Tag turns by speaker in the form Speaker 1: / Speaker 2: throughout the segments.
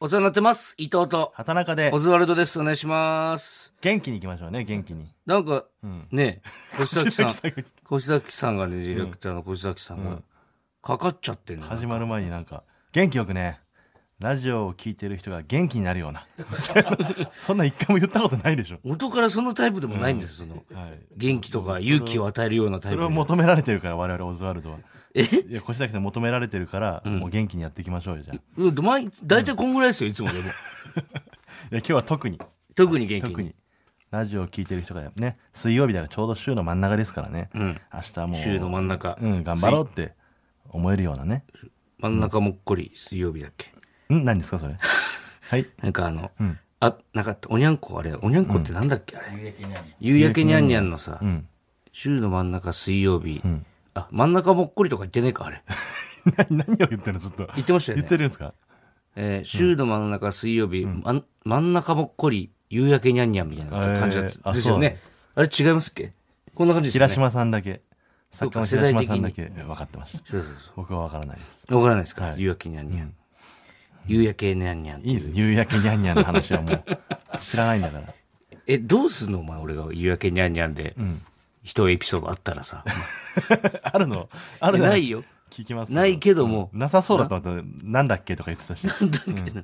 Speaker 1: お世話になってます。伊藤と、
Speaker 2: 畑中で
Speaker 1: オズワルドです。お願いします。
Speaker 2: 元気に行きましょうね、元気に。
Speaker 1: なんか、
Speaker 2: うん。
Speaker 1: ね、越崎さん
Speaker 2: 越、崎さ
Speaker 1: 越崎さんがね、ディレクターの越崎さんが、
Speaker 2: うん
Speaker 1: かかっちゃってんの。
Speaker 2: 始まる前になんか、元気よくね、ラジオを聞いてる人が元気になるような。 そんな一回も言ったことないでしょ。
Speaker 1: 元からそのタイプでもないんです、その。
Speaker 2: はい。
Speaker 1: 元気とか勇気を与えるようなタイプ
Speaker 2: それ
Speaker 1: じゃ
Speaker 2: を
Speaker 1: ない。
Speaker 2: 求められてるから、我々オズワルドは。
Speaker 1: え
Speaker 2: いや、越崎さん求められてるから、もう元気にやっていきましょうよ、じゃあ。い
Speaker 1: うん毎大体こんぐらいですよ、いつもでも。
Speaker 2: や、今日は特に、
Speaker 1: 特に元気
Speaker 2: 特
Speaker 1: に。
Speaker 2: に。ラジオを聞いてる人がね、水曜日だからちょうど週の真ん中ですからね。
Speaker 1: うん。
Speaker 2: 明日はもう、
Speaker 1: 週の真ん中。
Speaker 2: うん、頑張ろうって思えるようなね。
Speaker 1: 真ん中もっこり、水曜日だっけ。
Speaker 2: ん何ですか、それ。はい。
Speaker 1: なんかあの、
Speaker 2: うん。
Speaker 1: あ、なかった。おにゃんこ、あれ、おにゃんこってなんだっけ、あれ。夕焼けにゃんにゃんのさ
Speaker 2: う、ん。
Speaker 1: 週の真ん中水曜日
Speaker 2: う。ん。
Speaker 1: あ、真ん中もっこりとか言ってねえか、あ れ。
Speaker 2: 何何を言ってるのずっと。
Speaker 1: 言ってましたよ
Speaker 2: 言っ
Speaker 1: ね
Speaker 2: て。るんですか
Speaker 1: えー週の真ん中水曜日、まん真ん中もっこり、夕焼けにゃんにゃんみたいな感じだっ
Speaker 2: えー
Speaker 1: た
Speaker 2: あ
Speaker 1: ですよね。あれ違いますっけこんな感じですよ
Speaker 2: 平
Speaker 1: ね。
Speaker 2: 島さんだけ。
Speaker 1: う
Speaker 2: 作家
Speaker 1: か
Speaker 2: の平島さんだけえ分かってました。
Speaker 1: そうそうそ
Speaker 2: 僕は分からないです。
Speaker 1: う。わからないですか、
Speaker 2: はい
Speaker 1: 夕焼けにゃんにゃん。夕焼けにゃんにゃんって
Speaker 2: い
Speaker 1: い
Speaker 2: いうです。夕焼けにゃんにゃんの話はも う知らないんだから。
Speaker 1: え、どうすんのお前、俺が夕焼けにゃんにゃんで、
Speaker 2: うん。
Speaker 1: 一エピソードあったら さ。
Speaker 2: あるのあるなら
Speaker 1: ないよ。
Speaker 2: 聞きますけど
Speaker 1: ないけども。
Speaker 2: なさそうだと思った なんだっけとか言ってたし。昨
Speaker 1: だけど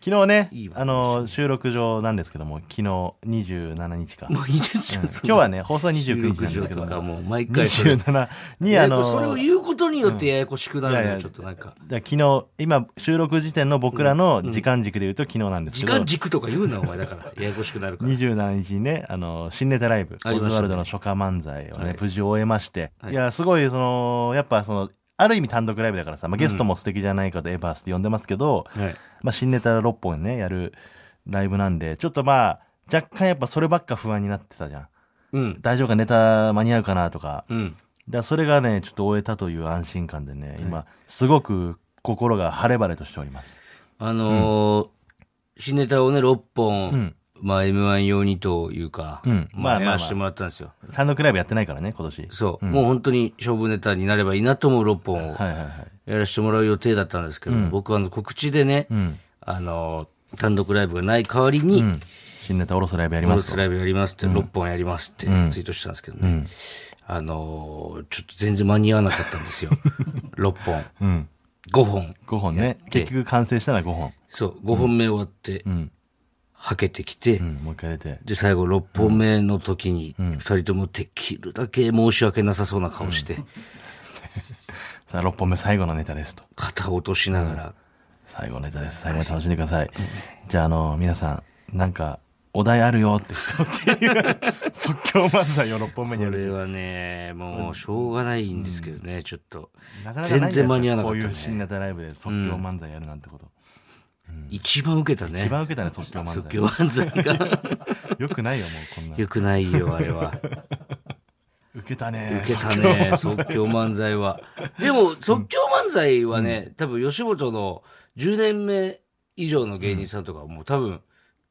Speaker 2: 日ね
Speaker 1: いい、わ
Speaker 2: あの、収録上なんですけども、昨日27日か。
Speaker 1: もういいですよ。
Speaker 2: 今
Speaker 1: そ
Speaker 2: 日
Speaker 1: の
Speaker 2: はね、放送は
Speaker 1: 収録
Speaker 2: 29日なんで
Speaker 1: 場
Speaker 2: すけど
Speaker 1: とか
Speaker 2: も、
Speaker 1: もう毎回それ
Speaker 2: 27にあの、
Speaker 1: それを言うことによってややこしくなる
Speaker 2: う
Speaker 1: の
Speaker 2: んいやい
Speaker 1: よ、
Speaker 2: や
Speaker 1: ちょっとなんか。
Speaker 2: だから昨日、今、収録時点の僕らの時間軸で言うと昨日なんです
Speaker 1: 時
Speaker 2: けど、
Speaker 1: 間軸とか言うな、お前だから。ややこしくなるから。
Speaker 2: 27日にね、あの、新ネタライブ、
Speaker 1: ありま
Speaker 2: オ
Speaker 1: した
Speaker 2: ズ
Speaker 1: ね
Speaker 2: ワルドの初夏漫才をね、
Speaker 1: はい
Speaker 2: 無事終えまして、
Speaker 1: はい
Speaker 2: い、や、すごい、その、やっぱその、ある意味単独ライブだからさ、まあ、ゲストも素敵じゃないかとエバースって呼んでますけど、
Speaker 1: はい。
Speaker 2: まあ、新ネタ6本ね、やるライブなんで、ちょっとまあ、若干やっぱそればっか不安になってたじゃん。
Speaker 1: うん。
Speaker 2: 大丈夫かネタ間に合うかなとか。
Speaker 1: うん。
Speaker 2: だからそれがね、ちょっと終えたという安心感でね、今、すごく心が晴れ晴れとしております。
Speaker 1: あのー、新ネタをね、6本、
Speaker 2: うん
Speaker 1: まあ M1 用にというか、
Speaker 2: うん
Speaker 1: ま
Speaker 2: ま
Speaker 1: あや
Speaker 2: あまあま
Speaker 1: ら
Speaker 2: あ
Speaker 1: せてもらったんですよ。
Speaker 2: 単独ライブやってないからね、今年。
Speaker 1: そう、もう本当に勝負ネタになればいいなと思う6本を
Speaker 2: はいはいはい。
Speaker 1: やらせてもらう予定だったんですけど、僕はあの告知でね、
Speaker 2: うん。
Speaker 1: あのー、単独ライブがない代わりに、
Speaker 2: うん。新ネタおろすライブやり
Speaker 1: モ
Speaker 2: ま
Speaker 1: ル
Speaker 2: す
Speaker 1: ス
Speaker 2: と。
Speaker 1: ライブやりますって、6本やりますってツイートしたんですけどね。あのーちょっと全然間に合わなかったんです よ。6本。
Speaker 2: うん。
Speaker 1: 5本。
Speaker 2: 5本ね。結局完成したのは5本。
Speaker 1: そう、5本目終わって
Speaker 2: う、ん。
Speaker 1: はけてきて、
Speaker 2: うん。もう一回出て。
Speaker 1: で、最後6本目の時に、2人ともできるだけ申し訳なさそうな顔して、
Speaker 2: さあ、6本目最後のネタですと。
Speaker 1: 肩を落としながら、
Speaker 2: 最後のネタです。最後まで楽しんでください。じゃあ、あの、皆さん、なんか、お題あるよって人っていう 即興漫才を6本目にや
Speaker 1: これ
Speaker 2: る。
Speaker 1: はね、もうしょうがないんですけどね、ちょっと。
Speaker 2: なかなかないんじゃ
Speaker 1: 全然間に合わなか
Speaker 2: こ
Speaker 1: っ
Speaker 2: う
Speaker 1: たね
Speaker 2: いう新ネタライブで即興漫才やるなんてこと。
Speaker 1: 一番受けたね。
Speaker 2: 一番受けたね、即興漫
Speaker 1: 即
Speaker 2: 才
Speaker 1: 興。漫才が。
Speaker 2: よくないよ、もうこんな。
Speaker 1: よくないよ、あれは。
Speaker 2: 受けたね。
Speaker 1: 受けたね、即興漫才は。でも、即興漫才はね、多分吉本の10年目以上の芸人さんとかはもう多分、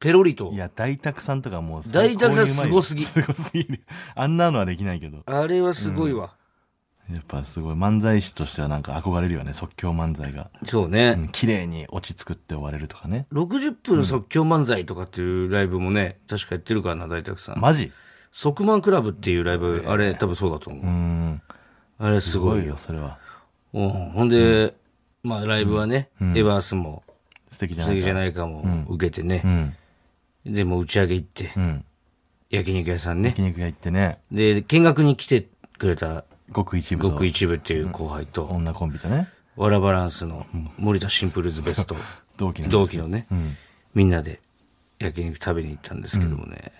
Speaker 1: ペロリと
Speaker 2: い。や、大沢さんとかもう
Speaker 1: 大沢さん
Speaker 2: 最高にうまいよ
Speaker 1: すごすぎ
Speaker 2: すごすぎる。あんなのはできないけど。
Speaker 1: あれはすごいわ。
Speaker 2: やっぱすごい漫才師としてはなんか憧れるよね、即興漫才が。
Speaker 1: そう
Speaker 2: う
Speaker 1: ね。
Speaker 2: ん綺麗に落ち着くって終われるとかね。
Speaker 1: 60分即興漫才とかっていうライブもね、確かやってるからな、大沢さん。
Speaker 2: マジ
Speaker 1: 即満クラブっていうライブ、あれ多分そうだと思
Speaker 2: うー
Speaker 1: う。
Speaker 2: ん。
Speaker 1: あれす
Speaker 2: すご
Speaker 1: ごい
Speaker 2: い
Speaker 1: よ。
Speaker 2: よ、それは。
Speaker 1: うんほんで、まあライブはね、エヴァースも、
Speaker 2: 素敵じゃ
Speaker 1: 素
Speaker 2: ない
Speaker 1: 敵
Speaker 2: か
Speaker 1: じゃないかも受けて
Speaker 2: う
Speaker 1: ね。
Speaker 2: ん。
Speaker 1: で、もう打ち上げ行って、
Speaker 2: うん。
Speaker 1: 焼肉屋さんね。
Speaker 2: 筋肉がいってね、
Speaker 1: で、見学に来てくれた、
Speaker 2: ごく一部
Speaker 1: ご
Speaker 2: と
Speaker 1: く一部っていう後輩と、
Speaker 2: 女コンビとね、
Speaker 1: わらバランスの森田シンプルズベスト、
Speaker 2: 同期なんで
Speaker 1: 同
Speaker 2: すけ
Speaker 1: 期
Speaker 2: ど。
Speaker 1: のね、
Speaker 2: うん。
Speaker 1: みんなで焼肉食べに行ったんですけどもね、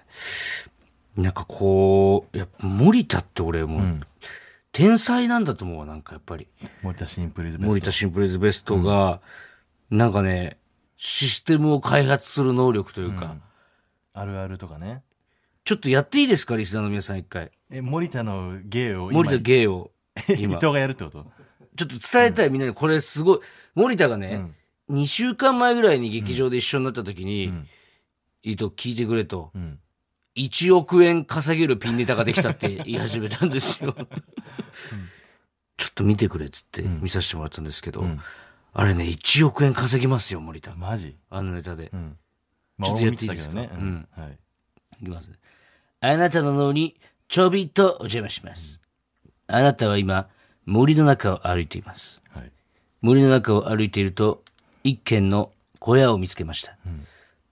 Speaker 1: なんかこう、やっぱ森田って俺もう、天才なんだと思うわ、なんかやっぱり。
Speaker 2: 森田シンプルズベスト。
Speaker 1: 森田シンプルズベストが、なんかね、システムを開発する能力というか、
Speaker 2: あるあるとかね。
Speaker 1: ちょっとやっていいですか、リスナーの皆さん一回。
Speaker 2: え、森田の芸を今、
Speaker 1: 森田芸を。
Speaker 2: 伊藤がやるってこと
Speaker 1: ちょっと伝えたい、みんなに、これすごい。森田がね、2週間前ぐらいに劇場で一緒になった時に、
Speaker 2: ん
Speaker 1: 伊藤聞いてくれと、
Speaker 2: うん。
Speaker 1: 1億円稼げるピンネタができた って言い始めたんですよ。ちょっと見てくれっつって見させてもらったんですけど、
Speaker 2: ん
Speaker 1: あれね、1億円稼ぎますよ、森田。
Speaker 2: マジ
Speaker 1: あのネタで。
Speaker 2: うん。まあ、
Speaker 1: ちょっと
Speaker 2: 俺
Speaker 1: やっ
Speaker 2: も見
Speaker 1: てい
Speaker 2: て
Speaker 1: い
Speaker 2: た
Speaker 1: で
Speaker 2: け
Speaker 1: す
Speaker 2: ど
Speaker 1: か
Speaker 2: ね。うん。はい。
Speaker 1: いきますね。あなたの脳にちょびっとお邪魔します。あなたは今、森の中を歩いています。
Speaker 2: はい。
Speaker 1: 森の中を歩いていると、一軒の小屋を見つけました。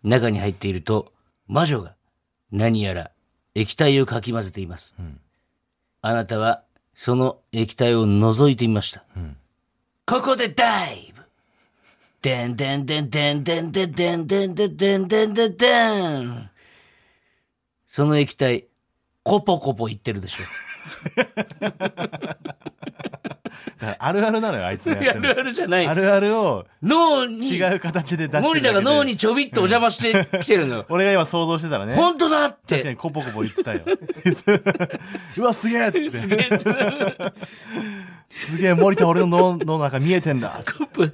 Speaker 1: 中に入っていると、魔女が何やら液体をかき混ぜています。
Speaker 2: うん
Speaker 1: あなたはその液体を覗いてみました。
Speaker 2: ん
Speaker 1: ここでダイブでんでんでんでんでんでんでんでんでんでんでんでんでんその液体、コポコポいってるでしょ。
Speaker 2: だからあるあるなのよ、あいつが や
Speaker 1: あ
Speaker 2: ってるの
Speaker 1: るあるじゃな
Speaker 2: あ
Speaker 1: い。
Speaker 2: るあるを
Speaker 1: 脳に
Speaker 2: 違、う形で出してるだけで。。
Speaker 1: 森田が脳にちょびっとお邪魔してきてるのよ
Speaker 2: 俺が今想像してたらね。
Speaker 1: 本当だっ
Speaker 2: 確か
Speaker 1: て。
Speaker 2: にコポコポ言ってたよ。 うわ、すげえって。す
Speaker 1: すげえ
Speaker 2: げえ、森田俺の脳脳の中見えてんだ。
Speaker 1: コップ、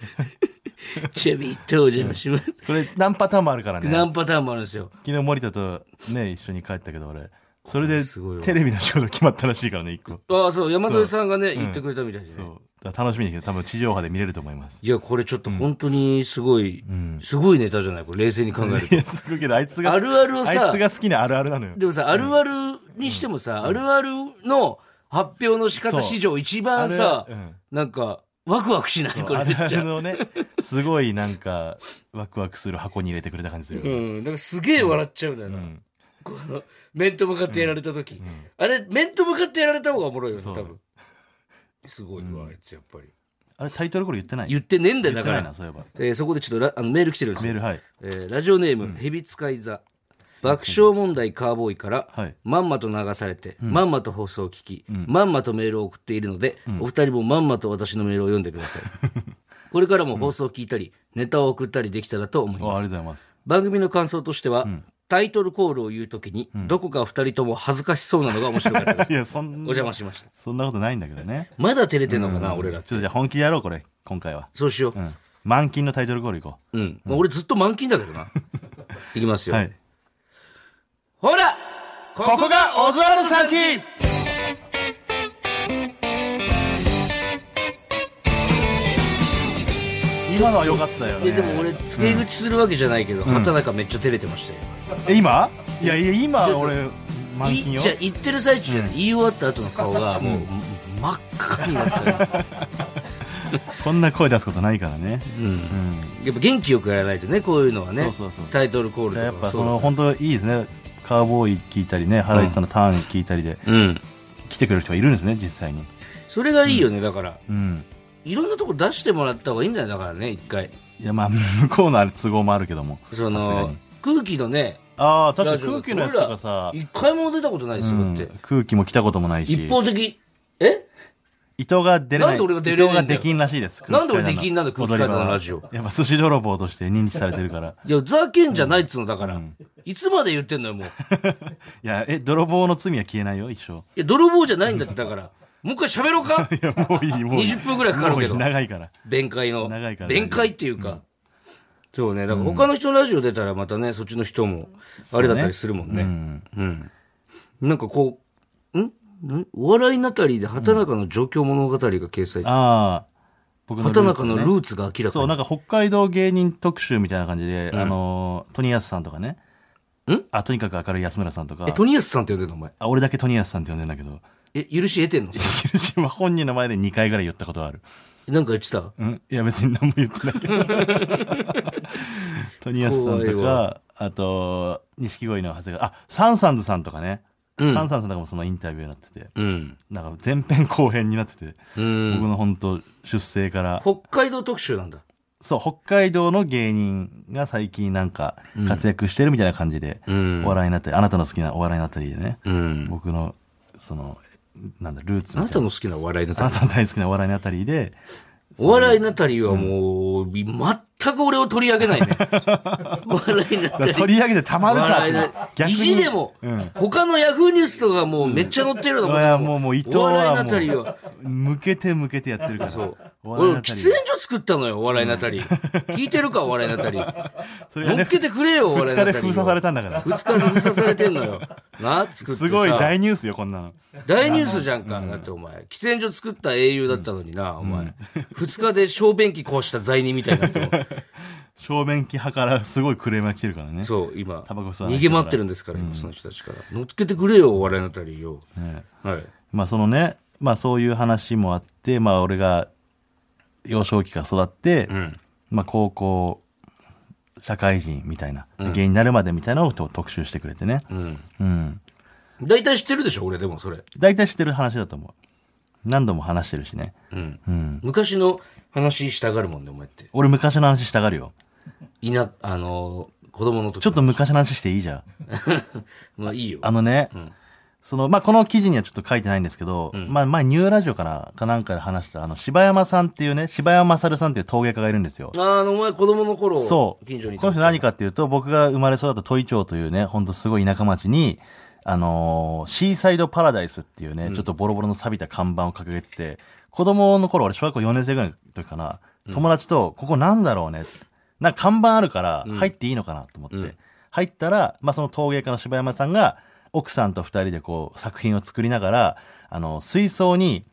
Speaker 1: ちょびっとお邪魔します。
Speaker 2: これ何パターンもあるからね。
Speaker 1: 何パターンもあるんですよ。
Speaker 2: 昨日森田とね、一緒に帰ったけど俺。それです
Speaker 1: ごいわ
Speaker 2: テレビの仕事決まったらしいからね、一個。
Speaker 1: ああ、そう、山添さんがね、言ってくれたみたいで
Speaker 2: そう
Speaker 1: ね。。
Speaker 2: だから楽しみにしてる多分地上波で見れると思います。
Speaker 1: いや、これちょっと本当にすごい、
Speaker 2: ん
Speaker 1: すごいネタじゃないこれ冷静に考える
Speaker 2: いや、すごいけど、あいつ
Speaker 1: と。
Speaker 2: が、
Speaker 1: あるあるを
Speaker 2: あ
Speaker 1: さ
Speaker 2: いつ、が好きなあるあるなのよ。
Speaker 1: でもさ、あるあるにしてもさ、あるあるの発表の仕
Speaker 2: そ
Speaker 1: 方
Speaker 2: う
Speaker 1: 史上一
Speaker 2: あ
Speaker 1: 番
Speaker 2: る
Speaker 1: さ
Speaker 2: う、ん
Speaker 1: なんか、ワクワクしないこ
Speaker 2: あ
Speaker 1: れめ
Speaker 2: るあ
Speaker 1: っち
Speaker 2: る
Speaker 1: ゃ。
Speaker 2: のね、すごいなんか、ワクワクする箱に入れてくれた感じするよ
Speaker 1: う
Speaker 2: ね。
Speaker 1: ん、なんかすげえ笑っちゃうんだよ
Speaker 2: う
Speaker 1: な。
Speaker 2: ん
Speaker 1: この、面と向かってやられた時。あれ、面と向かってやられた方がおもろいよね、多
Speaker 2: そう
Speaker 1: 分。すごいわ、あいつやっぱり。
Speaker 2: あれ、タイトルこれ言ってない
Speaker 1: 言ってねえんだよ、
Speaker 2: 言
Speaker 1: だ
Speaker 2: って
Speaker 1: か
Speaker 2: ないな、
Speaker 1: ら。
Speaker 2: そういえば。
Speaker 1: えーそこでちょっとラあのメール来てるんですよ
Speaker 2: メール、はい。
Speaker 1: えーラジオネーム、ヘビ使い座爆笑問題カーボーイから、
Speaker 2: はい
Speaker 1: まんまと流されて、まんまと放送を聞き、
Speaker 2: ん
Speaker 1: まんまとメールを送っているので、お二人もまんまと私のメールを読んでく ださいこれからも放送を聞いたり、ネタを送ったりできたらと思い
Speaker 2: お
Speaker 1: ま
Speaker 2: あ
Speaker 1: す
Speaker 2: りがとうございます。
Speaker 1: 番組の感想としては、タイトルコールを言うときに、どこか二人とも恥ずかしそうなのが面白かったです
Speaker 2: いや、そん
Speaker 1: お
Speaker 2: な、
Speaker 1: 邪魔しました
Speaker 2: そんなことないんだけどね。
Speaker 1: まだ照れてんのかな、 俺ら
Speaker 2: ちょっとじゃあ本気でやろう、これ、今回は。
Speaker 1: そうしよう
Speaker 2: うん。満金のタイトルコールいこ
Speaker 1: うん、まあ俺ずっと満金だけどないきます
Speaker 2: う。
Speaker 1: よ、
Speaker 2: はい。
Speaker 1: ほらここがオズワルドさんち
Speaker 2: 今のは良かったよ
Speaker 1: い
Speaker 2: ね。
Speaker 1: やでも俺告げ口するわけじゃないけど、畑中めっちゃ照れてましたよ、
Speaker 2: え今いやいや今
Speaker 1: ちょっと
Speaker 2: 俺満金
Speaker 1: い
Speaker 2: よ
Speaker 1: じゃあ言ってる最中じゃない、言い終わった後の顔がもう、真っ赤になってた、
Speaker 2: こんな声出すことないからね
Speaker 1: うん
Speaker 2: うん
Speaker 1: やっぱ元気よくやらないとねこういうのはね
Speaker 2: そうそうそう
Speaker 1: タイトルコールとか
Speaker 2: やっぱ
Speaker 1: も
Speaker 2: そうの本当いいですねカーボーイ聞いたりね原市さんのターン聞いたりで
Speaker 1: うん
Speaker 2: 来てくれる人がいるんですね実際に
Speaker 1: それがいいよね、だから
Speaker 2: うん
Speaker 1: いろんなとこ出してもらった方がいいんだよだからね一回
Speaker 2: いやまあ向こうのあれ都合もあるけども
Speaker 1: そ
Speaker 2: さすが
Speaker 1: の
Speaker 2: に
Speaker 1: 空気のね
Speaker 2: ああ
Speaker 1: ラ
Speaker 2: 確
Speaker 1: ジ
Speaker 2: か
Speaker 1: オ
Speaker 2: に空気のやつとかさ
Speaker 1: 俺ら一回も出たことないですよ、
Speaker 2: う
Speaker 1: だ
Speaker 2: ん
Speaker 1: って
Speaker 2: 空気も来たこともないし
Speaker 1: 一方的え
Speaker 2: 伊藤が出れ
Speaker 1: な
Speaker 2: ない
Speaker 1: んで俺が出れね
Speaker 2: 伊
Speaker 1: えんだ
Speaker 2: 藤
Speaker 1: よ
Speaker 2: ができんらしいです
Speaker 1: なんで俺できんなんだ空気階段のラジオ
Speaker 2: 踊り場はやっぱ寿司泥棒として認知されてるから
Speaker 1: いやざけんじゃないっつうのだから、いつまで言ってんのよもう
Speaker 2: いやえ泥棒の罪は消えないよ一生
Speaker 1: いや、泥棒じゃないんだって、だから。もう一回喋ろうか
Speaker 2: いや、 もういい、もういい。
Speaker 1: 20分ぐらいかかるけど
Speaker 2: もういい長いから。
Speaker 1: 弁解の
Speaker 2: 長いか。ら
Speaker 1: 弁解っていうか。そうね。だから他の人のラジオ出たらまたね、そっちの人も、あれだったりするもん
Speaker 2: う
Speaker 1: ね。
Speaker 2: ん。
Speaker 1: うん。なんかこう、んんお笑いなたりで畑中の状況物語が掲載。
Speaker 2: ああ、僕
Speaker 1: 畑中の
Speaker 2: ー
Speaker 1: ルーツが明
Speaker 2: ツね
Speaker 1: らか
Speaker 2: そう、
Speaker 1: に。
Speaker 2: なんか北海道芸人特集みたいな感じで、あのー、トニヤスさんとかね。
Speaker 1: ん
Speaker 2: あ、とにかく明るい安村さんとか
Speaker 1: え、。富安さんって呼んでんのお前。
Speaker 2: あ、俺だけトニヤスさんって呼んでんだ けど。
Speaker 1: え、許し得てんの
Speaker 2: 広島本人の前で2回ぐらい言ったことはある。
Speaker 1: なんか言ってた
Speaker 2: うんいや、別に何も言ってないけど。 トニヤスさん
Speaker 1: 怖い
Speaker 2: と
Speaker 1: わ
Speaker 2: か、あと、錦鯉の長谷川、あ、サンサンズさんとかね。
Speaker 1: うん
Speaker 2: サンサンズさんとかもそのインタビューになってて。
Speaker 1: うん。
Speaker 2: なんか前編後編になってて。
Speaker 1: うん。
Speaker 2: 僕の本当出生から、
Speaker 1: 北海道特集なんだ。
Speaker 2: そう北海道の芸人が最近なんか活躍してるみたいな感じで、
Speaker 1: うん
Speaker 2: お。笑いになったりあなたの好きなお笑いになったりでね、
Speaker 1: うん。
Speaker 2: 僕のそのなんだルーツ
Speaker 1: あ
Speaker 2: み
Speaker 1: な
Speaker 2: た
Speaker 1: た
Speaker 2: いな
Speaker 1: の好きなお笑いの
Speaker 2: あなたの大好きなお笑いになったりで
Speaker 1: お笑いなたりはもう、全く俺を取り上げない ね。お笑いな
Speaker 2: だ
Speaker 1: た
Speaker 2: から
Speaker 1: り。
Speaker 2: 取り上げてたまるか
Speaker 1: 笑い
Speaker 2: っ
Speaker 1: な
Speaker 2: て
Speaker 1: 意地でも、
Speaker 2: うん
Speaker 1: 他のヤフーニュースとかもうめっちゃ載ってるの
Speaker 2: いやもうもう伊藤
Speaker 1: お笑い
Speaker 2: は
Speaker 1: なたりは。
Speaker 2: もう向けて向けてやってるから
Speaker 1: そう
Speaker 2: お笑い
Speaker 1: 俺、
Speaker 2: のあたり
Speaker 1: 喫煙所作ったのよ、お笑いのあ たり。聞いてるか、お笑いのあたり。
Speaker 2: それが
Speaker 1: 乗
Speaker 2: ね
Speaker 1: っけてくれよ、お笑
Speaker 2: 2
Speaker 1: いのあ
Speaker 2: 日
Speaker 1: た
Speaker 2: で
Speaker 1: りを。
Speaker 2: 封鎖されたんだから
Speaker 1: 二日で封鎖されてんのよ。な、作ってさ。
Speaker 2: すごい大ニュースよこんなの
Speaker 1: 大ニュースじゃんか。だってお前、喫煙所作った英雄だったのにな、お前。二日で小便器壊した罪人みたいになっても。
Speaker 2: 小便器派からすごいクレームが来てるからね
Speaker 1: そう、今。
Speaker 2: タバコ吸わない
Speaker 1: 逃げ回ってるんですから、今、その人たちから。乗っけてくれよ、お笑いのあたりよ。はい。
Speaker 2: まあそのねまあそういう話もあってまあ俺が幼少期から育って、
Speaker 1: ん
Speaker 2: まあ高校社会人みたいな、芸人になるまでみたいなのを特集してくれてね
Speaker 1: うん。
Speaker 2: うん
Speaker 1: 大体知ってるでしょ、俺でもそれ。
Speaker 2: 大体知ってる話だと思う何度も話してるしね
Speaker 1: うん。
Speaker 2: うん
Speaker 1: 昔の話したがるもんね、お前って。
Speaker 2: 俺昔の話したがるよ
Speaker 1: いな、あのー、子供の時。
Speaker 2: ちょっと昔の話していいじゃん
Speaker 1: まあいいよ。
Speaker 2: あのね、その、まあ、この記事にはちょっと書いてないんですけど、まあ、前、ニューラジオかな、かなんかで話した、あの、柴山さんっていうね、柴山勝さんっていう陶芸家がいるんですよ。
Speaker 1: あの、お前子供の頃、
Speaker 2: そう。
Speaker 1: 近所にいた。
Speaker 2: この人何かっていうと、僕が生まれ育った都井町というね、ほんとすごい田舎町に、あのーシーサイドパラダイスっていうね、ちょっとボロボロの錆びた看板を掲げてて、子供の頃、俺小学校4年生ぐらいの時かな、友達と、ここなんだろうねって、なんか看板あるから、入っていいのかなと思って、入ったら、まあ、その陶芸家の柴山さんが、奥さんと二人でこう、作品を作りながら、あの、水槽に、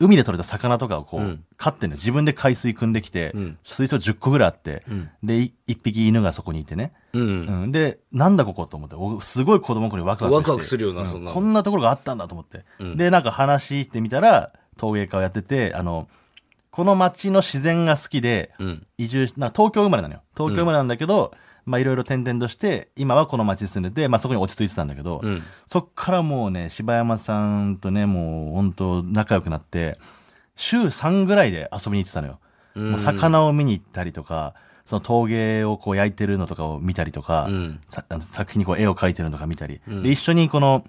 Speaker 2: 海で取れた魚とかをこう、
Speaker 1: うん
Speaker 2: 飼ってんの自分で海水汲んできて、
Speaker 1: うん
Speaker 2: 水槽10個ぐらいあって、
Speaker 1: ん
Speaker 2: で、い一匹犬がそこにいてね。
Speaker 1: う。
Speaker 2: うんん。で、なんだここと思って、おすごい子供の頃にワクワクして。
Speaker 1: ワクワクするよな
Speaker 2: う
Speaker 1: そんなの
Speaker 2: こんなところがあったんだと思って。
Speaker 1: うん
Speaker 2: で、なんか話してみたら、陶芸家をやってて、あの、この町の自然が好きで、
Speaker 1: うん。
Speaker 2: 移住し、なんか東京生まれなのよ。東京生まれなんだけど、まあいろいろ転々として、今はこの町に住んでて、まあそこに落ち着いてたんだけど、
Speaker 1: うん。
Speaker 2: そっからもうね、柴山さんとね、もう本当仲良くなって、週3ぐらいで遊びに行ってたのよ。
Speaker 1: うん
Speaker 2: もう魚を見に行ったりとか、その陶芸をこう焼いてるのとかを見たりとか、
Speaker 1: うん
Speaker 2: さあの作品にこう絵を描いてるのとか見たり、
Speaker 1: ん
Speaker 2: で、一緒にこの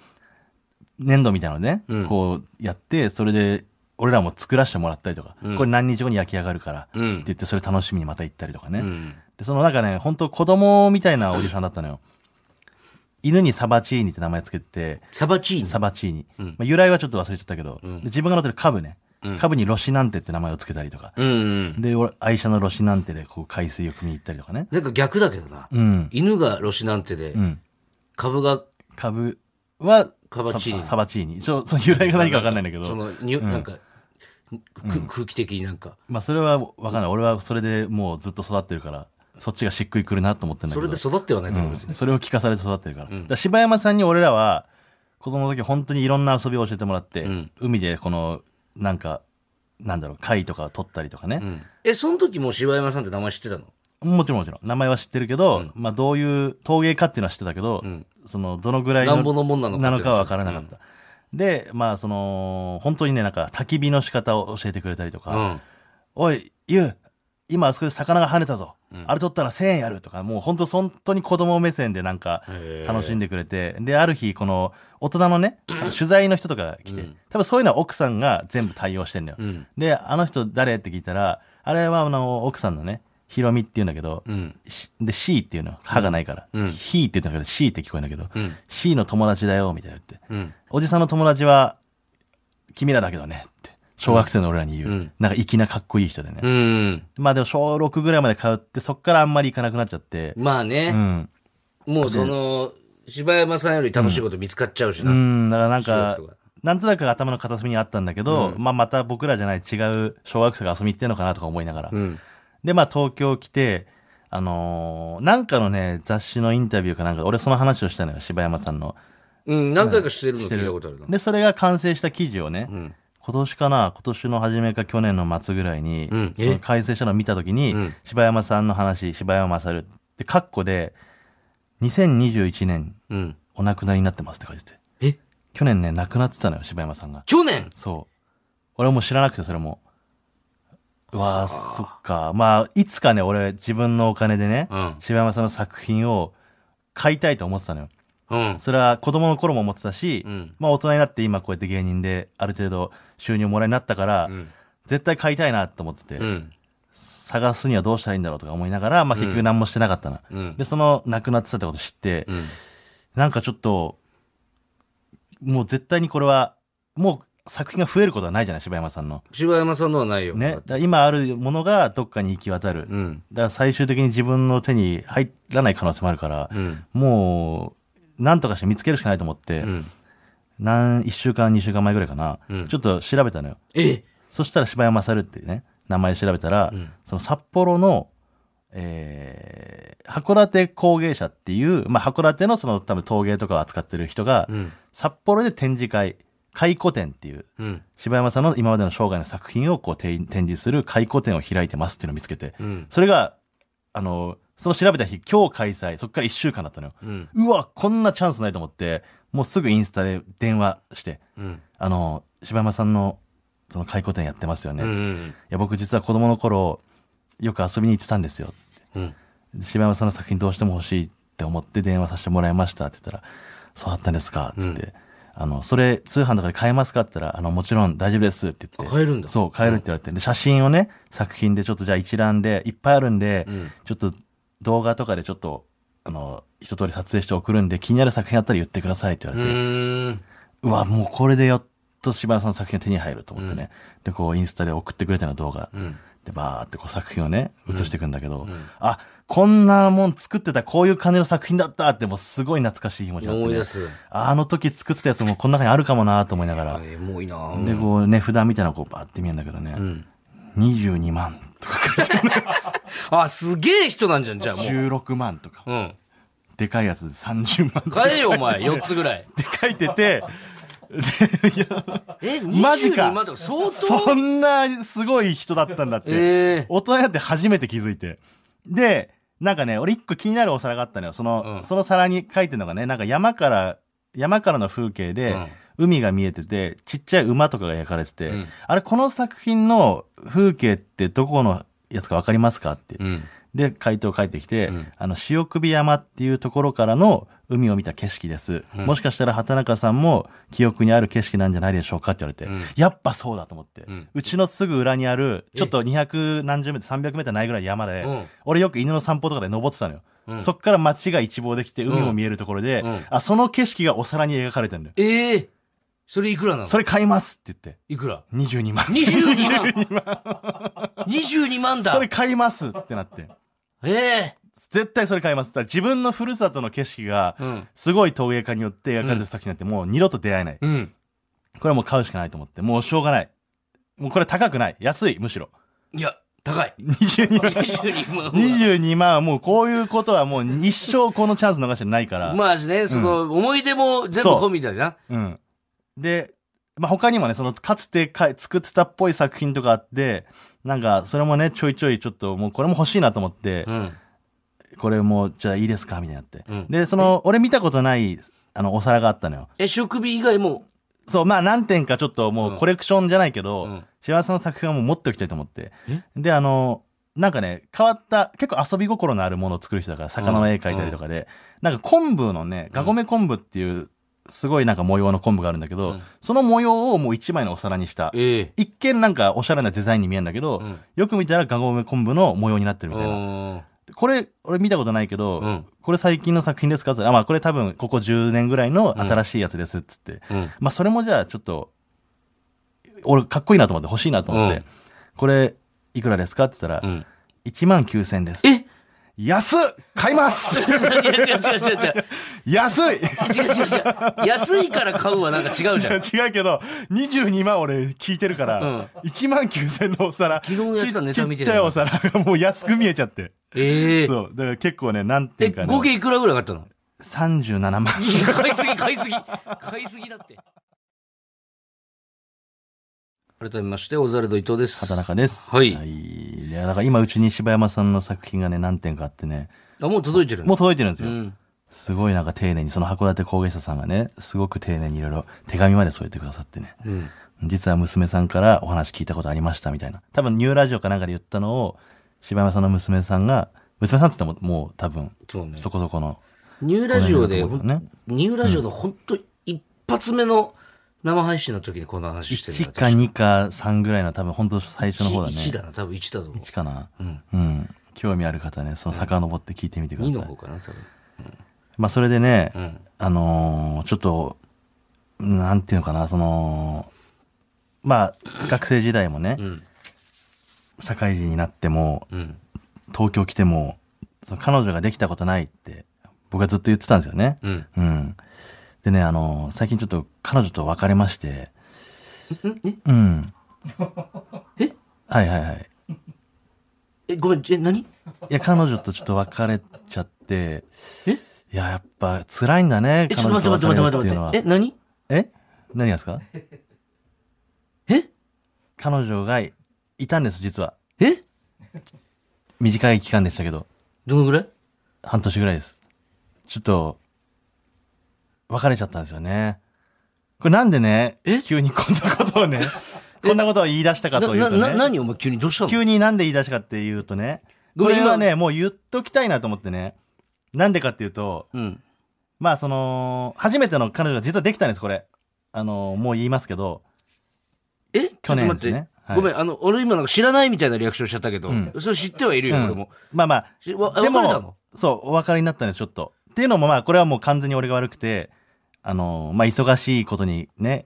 Speaker 2: 粘土みたいなのね、
Speaker 1: うん
Speaker 2: こうやって、それで俺らも作らせてもらったりとか、
Speaker 1: うん
Speaker 2: これ何日後に焼き上がるから、って
Speaker 1: うん。
Speaker 2: 言ってそれ楽しみにまた行ったりとかね。
Speaker 1: うん。
Speaker 2: で、そのなんかね、本当子供みたいなおじさんだったのよ。犬にサバチーニって名前つけてて、
Speaker 1: サバチーニ。
Speaker 2: サバチーニ。
Speaker 1: ん
Speaker 2: まあ、由来はちょっと忘れちゃったけど、
Speaker 1: ん
Speaker 2: で自分が乗ってる株ね、
Speaker 1: うん
Speaker 2: 株にロシナンテって名前をつけたりとか。
Speaker 1: うんうん。
Speaker 2: で、俺、愛車のロシナンテでこう海水を汲みに行ったりとかね。
Speaker 1: なんか逆だけどな。
Speaker 2: うん。
Speaker 1: 犬がロシなんてで
Speaker 2: う、ん。
Speaker 1: 株が、
Speaker 2: 株は、
Speaker 1: カバチーニ
Speaker 2: ササバチーニ。ちょ、その由来が何か分かんないんだけ
Speaker 1: そ
Speaker 2: ど、
Speaker 1: の、になんか、く空気的になんか、
Speaker 2: まあそれは分かんない。俺はそれでもうずっと育ってるから、そっちがしっくりくるなと思ってんだけ
Speaker 1: そ
Speaker 2: ど。
Speaker 1: れで育ってはないと思う。
Speaker 2: それを聞かされて育ってるから。だから柴山さんに俺らは、子供の時本当にいろんな遊びを教えてもらって、
Speaker 1: ん
Speaker 2: 海でこの、なんか、なんだろう、貝とかを取ったりとかね。
Speaker 1: うんえ、その時もう柴山さんって名前知ってたの
Speaker 2: もちろんもちろん。名前は知ってるけど、まあどういう陶芸家っていうのは知ってたけど、
Speaker 1: ん
Speaker 2: その、どのぐらい
Speaker 1: なんぼのもんなのかっていうのは
Speaker 2: は分からなかった。で、まあその、本当にね、なんか焚き火の仕方を教えてくれたりとか、
Speaker 1: うん。
Speaker 2: おい、ゆう、今あそこで魚が跳ねたぞ。あれ取ったら1000円やるとか、もう本当、本当に子供目線でなんか
Speaker 1: へー
Speaker 2: 楽しんでくれて、で、ある日、この大人のね、取材の人とかが来て、多分そういうのは奥さんが全部対応してんのよ。
Speaker 1: うん。
Speaker 2: で、あの人誰って聞いたら、あれはあの、奥さんのね、ひろみって言うんだけど、
Speaker 1: うん。
Speaker 2: しで、C っていうの、歯がないから、
Speaker 1: うん
Speaker 2: ひーって言うんだけど、C って聞こえるんだけど、
Speaker 1: うん。
Speaker 2: C の友達だよ、みたいな言って。
Speaker 1: うん。
Speaker 2: おじさんの友達は、君らだけどね、って。小学生の俺らに言う。
Speaker 1: うん
Speaker 2: なんか粋なかっこいい人でね。
Speaker 1: うん。
Speaker 2: まあでも小6ぐらいまで通って、そっからあんまり行かなくなっちゃって。
Speaker 1: まあ
Speaker 2: う
Speaker 1: ね、
Speaker 2: ん。
Speaker 1: もうその、柴山さんより楽しいこと見つかっちゃうし
Speaker 2: う
Speaker 1: な。
Speaker 2: ん、だからなん
Speaker 1: そういう
Speaker 2: か
Speaker 1: ことが、
Speaker 2: なんとなく頭の片隅にあったんだけど、まあまた僕らじゃない違う小学生が遊びに行ってんのかなとか思いながら。
Speaker 1: うん。
Speaker 2: で、まあ東京来て、あのーなんかのね、雑誌のインタビューかなんかで、俺その話をしたのよ、柴山さんの。
Speaker 1: うん。何回かしてるの聞いたことあるな。
Speaker 2: で、それが完成した記事をね、
Speaker 1: ん
Speaker 2: 今年かな、今年の初めか去年の末ぐらい
Speaker 1: う
Speaker 2: に、
Speaker 1: ん
Speaker 2: その
Speaker 1: え
Speaker 2: 完成したのを見たときに、
Speaker 1: うん
Speaker 2: 柴山さんの話、柴山勝で、カッコで、2021年
Speaker 1: うん。
Speaker 2: お亡くなりになってますって書いてて。
Speaker 1: え
Speaker 2: 去年ね、亡くなってたのよ、柴山さんが。
Speaker 1: 去年
Speaker 2: そう。俺も知らなくて、それも。うわあ、そっか。まあ、いつかね、俺、自分のお金でね、
Speaker 1: うん
Speaker 2: 柴山さんの作品を買いたいと思ってたのよ。
Speaker 1: うん。
Speaker 2: それは子供の頃も思ってたし、
Speaker 1: うん
Speaker 2: まあ大人になって今こうやって芸人である程度収入もらいになったから、
Speaker 1: うん。
Speaker 2: 絶対買いたいなと思ってて、
Speaker 1: うん。
Speaker 2: 探すにはどうしたらいいんだろうとか思いながら、まあ結局何もしてなかったな。
Speaker 1: うん
Speaker 2: で、。その亡くなってたってこと知って、
Speaker 1: うん
Speaker 2: なんかちょっと、もう絶対にこれは、もう作品が増えることはないじゃない、柴山さんの。
Speaker 1: 柴山さんのはないよ。
Speaker 2: ね。だから今あるものがどっかに行き渡る。
Speaker 1: うん。
Speaker 2: だから最終的に自分の手に入らない可能性もあるから、
Speaker 1: うん。
Speaker 2: もう、なんとかして見つけるしかないと思って、
Speaker 1: うん。
Speaker 2: なん、1週間、2週間前ぐらいかな、
Speaker 1: うん
Speaker 2: ちょっと調べたのよ。
Speaker 1: え
Speaker 2: そしたら柴山勝っていうね、名前調べたら、
Speaker 1: うん
Speaker 2: その札幌の、えー、函館工芸社っていう、まあ、函館のその多分陶芸とかを扱ってる人が、
Speaker 1: うん。
Speaker 2: 札幌で展示会、回顧展っていう、
Speaker 1: うん。
Speaker 2: 柴山さんの今までの生涯の作品をこうて展示する回顧展を開いてますっていうのを見つけて、
Speaker 1: うん。
Speaker 2: それが、あの、その調べた日、今日開催、そっから1週間だったのよ。
Speaker 1: うん。
Speaker 2: うわ、こんなチャンスないと思って、もうすぐインスタで電話して、
Speaker 1: うん。
Speaker 2: あの、柴山さんの、その回顧展やってますよね。
Speaker 1: う
Speaker 2: い
Speaker 1: ん。
Speaker 2: や、僕実は子供の頃、よく遊びに行ってたんですよ。
Speaker 1: うん。
Speaker 2: 柴山さんの作品どうしても欲しいって思って電話させてもらいましたって言ったら、そうだったんですかつって、あの、それ通販とかで買えますかって言ったら、あの、もちろん大丈夫ですって言って。
Speaker 1: あ買えるんだ
Speaker 2: そう、買えるって言われて。で、写真をね、作品でちょっとじゃあ一覧で、いっぱいあるんで、
Speaker 1: うん
Speaker 2: ちょっと動画とかでちょっと、あの、一通り撮影して送るんで、気になる作品あったら言ってくださいって言わ
Speaker 1: う
Speaker 2: れて、
Speaker 1: ーん。
Speaker 2: うわ、もうこれでやっと柴田さんの作品が手に入ると思ってね。で、こう、インスタで送ってくれたような動画。
Speaker 1: うん。
Speaker 2: で、バーってこう作品をね、映していくんだけど、
Speaker 1: ん
Speaker 2: あ、こんなもん作ってた、こういう感じの作品だったって、もうすごい懐かしい気持ちになって、ね。
Speaker 1: 思い出す。
Speaker 2: あの時作ってたやつもこの中にあるかもなと思いながら。
Speaker 1: えもういいな
Speaker 2: で、こうね、札みたいなのをこうバーって見えんだけどね、
Speaker 1: うん。
Speaker 2: 22万とか、
Speaker 1: あ、すげえ人なんじゃん、じゃあもう。
Speaker 2: 16万とか、
Speaker 1: うん。
Speaker 2: でかいやつで30万とか
Speaker 1: 買えよ、お前。4つぐらい。
Speaker 2: って書いてて、
Speaker 1: え、
Speaker 2: マジか
Speaker 1: 22万とか相
Speaker 2: そ
Speaker 1: 当
Speaker 2: んなすごい人だったんだって。
Speaker 1: ええ
Speaker 2: 大人になって初めて気づいて。で、なんかね、俺一個気になるお皿があったのよ。その、
Speaker 1: うん
Speaker 2: その皿に書いてるのがね、なんか山から、山からの風景で、海が見えてて、ちっちゃい馬とかが焼かれてて、
Speaker 1: うん
Speaker 2: あれ、この作品の風景ってどこのやつかわかりますかって。
Speaker 1: うん。
Speaker 2: で、回答返ってきて、
Speaker 1: うん
Speaker 2: あの、潮首山っていうところからの海を見た景色です。
Speaker 1: うん
Speaker 2: もしかしたら畑中さんも記憶にある景色なんじゃないでしょうかって言われて、
Speaker 1: うん
Speaker 2: やっぱそうだと思って、
Speaker 1: う
Speaker 2: うんちのすぐ裏にある、
Speaker 1: え
Speaker 2: ちょっと200何十メートル、300メートルないぐらい山で、
Speaker 1: うん
Speaker 2: 俺よく犬の散歩とかで登ってたのよ。
Speaker 1: うん
Speaker 2: そっから街が一望できて、海も見えるところで、
Speaker 1: うんうん
Speaker 2: あ、その景色がお皿に描かれてるんだよ。
Speaker 1: ええそれいくらなの
Speaker 2: それ買いますって言って、
Speaker 1: いくら
Speaker 2: 22万。
Speaker 1: 22万 22万だ
Speaker 2: それ買いますってなって。
Speaker 1: ええ
Speaker 2: 絶対それ買います。だから自分のふるさとの景色が、
Speaker 1: うん
Speaker 2: すごい陶芸家によって描かれた作品なんてもう二度と出会えない。こ
Speaker 1: うん
Speaker 2: れはもう買うしかないと思って、もうしょうがない。もうこれ高くない。安い、むしろ。
Speaker 1: いや高い
Speaker 2: 22万。
Speaker 1: 22万は
Speaker 2: 22万はもうこういうことはもう一生このチャンス逃してないから。
Speaker 1: まあね、その、思い出も全部込みだな。
Speaker 2: うん。で、まあ、他にもね、そのかつてか作ってたっぽい作品とかあって、なんかそれもね、ちょいちょいちょっともうこれも欲しいなと思って、
Speaker 1: うん。
Speaker 2: これもじゃあいいですかみたいになって。
Speaker 1: うん
Speaker 2: で、その、俺見たことない、あの、お皿があったのよ。
Speaker 1: え、食味以外も、
Speaker 2: そう、まあ何点かちょっともうコレクションじゃないけど、
Speaker 1: うん
Speaker 2: 幸せの作品はもう持っておきたいと思って
Speaker 1: え。
Speaker 2: で、あの、なんかね、変わった、結構遊び心のあるものを作る人だから、魚の絵描いたりとかで、なんか昆布のね、ガゴメ昆布っていう、すごいなんか模様の昆布があるんだけど、
Speaker 1: うん
Speaker 2: その模様をもう一枚のお皿にした。
Speaker 1: ええ
Speaker 2: 一見なんかおしゃれなデザインに見えるんだけど、
Speaker 1: うん
Speaker 2: よく見たらガゴメ昆布の模様になってるみたいな。これ、俺見たことないけど、
Speaker 1: うん
Speaker 2: これ最近の作品ですかって言ったらあ、まあこれ多分ここ10年ぐらいの新しいやつですっつって。
Speaker 1: うん。
Speaker 2: まあそれもじゃあちょっと、俺かっこいいなと思って欲しいなと思って、
Speaker 1: うん
Speaker 2: これいくらですかって言っ
Speaker 1: う
Speaker 2: たら、
Speaker 1: ん。
Speaker 2: 1万9000円です。
Speaker 1: え
Speaker 2: 安っ買います
Speaker 1: いや違う違う違う違う。
Speaker 2: 安
Speaker 1: 違
Speaker 2: い
Speaker 1: う違う違う。安いから買うはなんか違うじゃん。
Speaker 2: い や違うけど、22万俺聞いてるから、1万9000のお皿、
Speaker 1: 昨日やってたネタ見て
Speaker 2: ち
Speaker 1: た
Speaker 2: っちゃい
Speaker 1: よ
Speaker 2: お皿がもう安く見えちゃって。
Speaker 1: ええ
Speaker 2: そう。だから結構ね、なんてい
Speaker 1: え、
Speaker 2: うか
Speaker 1: 合
Speaker 2: ね、
Speaker 1: 計いくらぐらい買ったの
Speaker 2: 37万。
Speaker 1: いや買いすぎ買いすぎ買いすぎだって。改めまして、オザルド伊藤です。
Speaker 2: 畑中です。
Speaker 1: はい
Speaker 2: いいや、だから今うちに柴山さんの作品がね、何点かあってね、
Speaker 1: あ、もう届いてる
Speaker 2: もう届いてるんです
Speaker 1: う
Speaker 2: よ。
Speaker 1: ん。
Speaker 2: すごいなんか丁寧に、その函館工芸者さんがね、すごく丁寧にいろいろ手紙まで添えてくださってね。
Speaker 1: うん。
Speaker 2: 実は娘さんからお話聞いたことありましたみたいな。多分ニューラジオかなんかで言ったのを、柴山さんの娘さんが、娘さんって言ってももう多分、
Speaker 1: そうね。
Speaker 2: そこそこの、
Speaker 1: ニューラジオで、
Speaker 2: この辺のところだね
Speaker 1: ニューラジオの本当一発目の生配信の時にこの話してる
Speaker 2: 1か2か3ぐらいの多分本当最初の方だね。
Speaker 1: 1だな、多分1だと思う
Speaker 2: 1。かな。
Speaker 1: うん。
Speaker 2: うん。興味ある方はね、その遡って聞いてみてくださ
Speaker 1: 2
Speaker 2: い。
Speaker 1: の方かな、多分。
Speaker 2: まあそれでね、
Speaker 1: うん。
Speaker 2: あのーちょっと、なんていうのかな、その、まあ、学生時代もね、
Speaker 1: ん
Speaker 2: 社会人になっても、
Speaker 1: うん。
Speaker 2: 東京来ても、その彼女ができたことないって、僕はずっと言ってたんですよね。
Speaker 1: うん。
Speaker 2: うん。でね、あの、最近ちょっと彼女と別れまして。うん。えはいはいはい。
Speaker 1: え、ごめん、え、何
Speaker 2: いや、彼女とちょっと別れちゃって、
Speaker 1: え
Speaker 2: いや、やっぱ辛いんだね、
Speaker 1: え、ち
Speaker 2: 彼
Speaker 1: ょっと
Speaker 2: 女
Speaker 1: 待
Speaker 2: と別
Speaker 1: って
Speaker 2: れ
Speaker 1: 待っ
Speaker 2: るっ
Speaker 1: 待っ
Speaker 2: てていう
Speaker 1: て
Speaker 2: のは
Speaker 1: 待って。。え、何
Speaker 2: え何がですか
Speaker 1: え
Speaker 2: 彼女がいたんです、実は。
Speaker 1: え
Speaker 2: 短い期間でしたけど、
Speaker 1: どのぐらい
Speaker 2: 半年ぐらいです。ちょっと、別れちゃったんですよね。これなんでね、急にこんなこ とをね、こんなことを言い出したかという
Speaker 1: な、
Speaker 2: とね
Speaker 1: な、。何お前急にどうしたの
Speaker 2: 急になんで言い出したかっていうとね、
Speaker 1: ご
Speaker 2: こ
Speaker 1: めん
Speaker 2: れはね、もう言っときたいなと思ってね。なんでかっていうと、
Speaker 1: うん。
Speaker 2: まあその、初めての彼女が実はできたんです、これ。あの、もう言いますけど、
Speaker 1: えちょっと
Speaker 2: 去年
Speaker 1: 待
Speaker 2: で
Speaker 1: って
Speaker 2: すね。はい
Speaker 1: ごめん、あの、俺今なんか知らないみたいなリアクションしちゃったけど
Speaker 2: うん、
Speaker 1: それ知ってはいる
Speaker 2: う
Speaker 1: よ、
Speaker 2: ん
Speaker 1: 俺も。
Speaker 2: まあまあ、
Speaker 1: しわ別
Speaker 2: で
Speaker 1: れ
Speaker 2: も
Speaker 1: たの
Speaker 2: そう、お別れになったんです、ちょっと。っていうのもまあ、これはもう完全に俺が悪くて、あの、まあ忙しいことにね、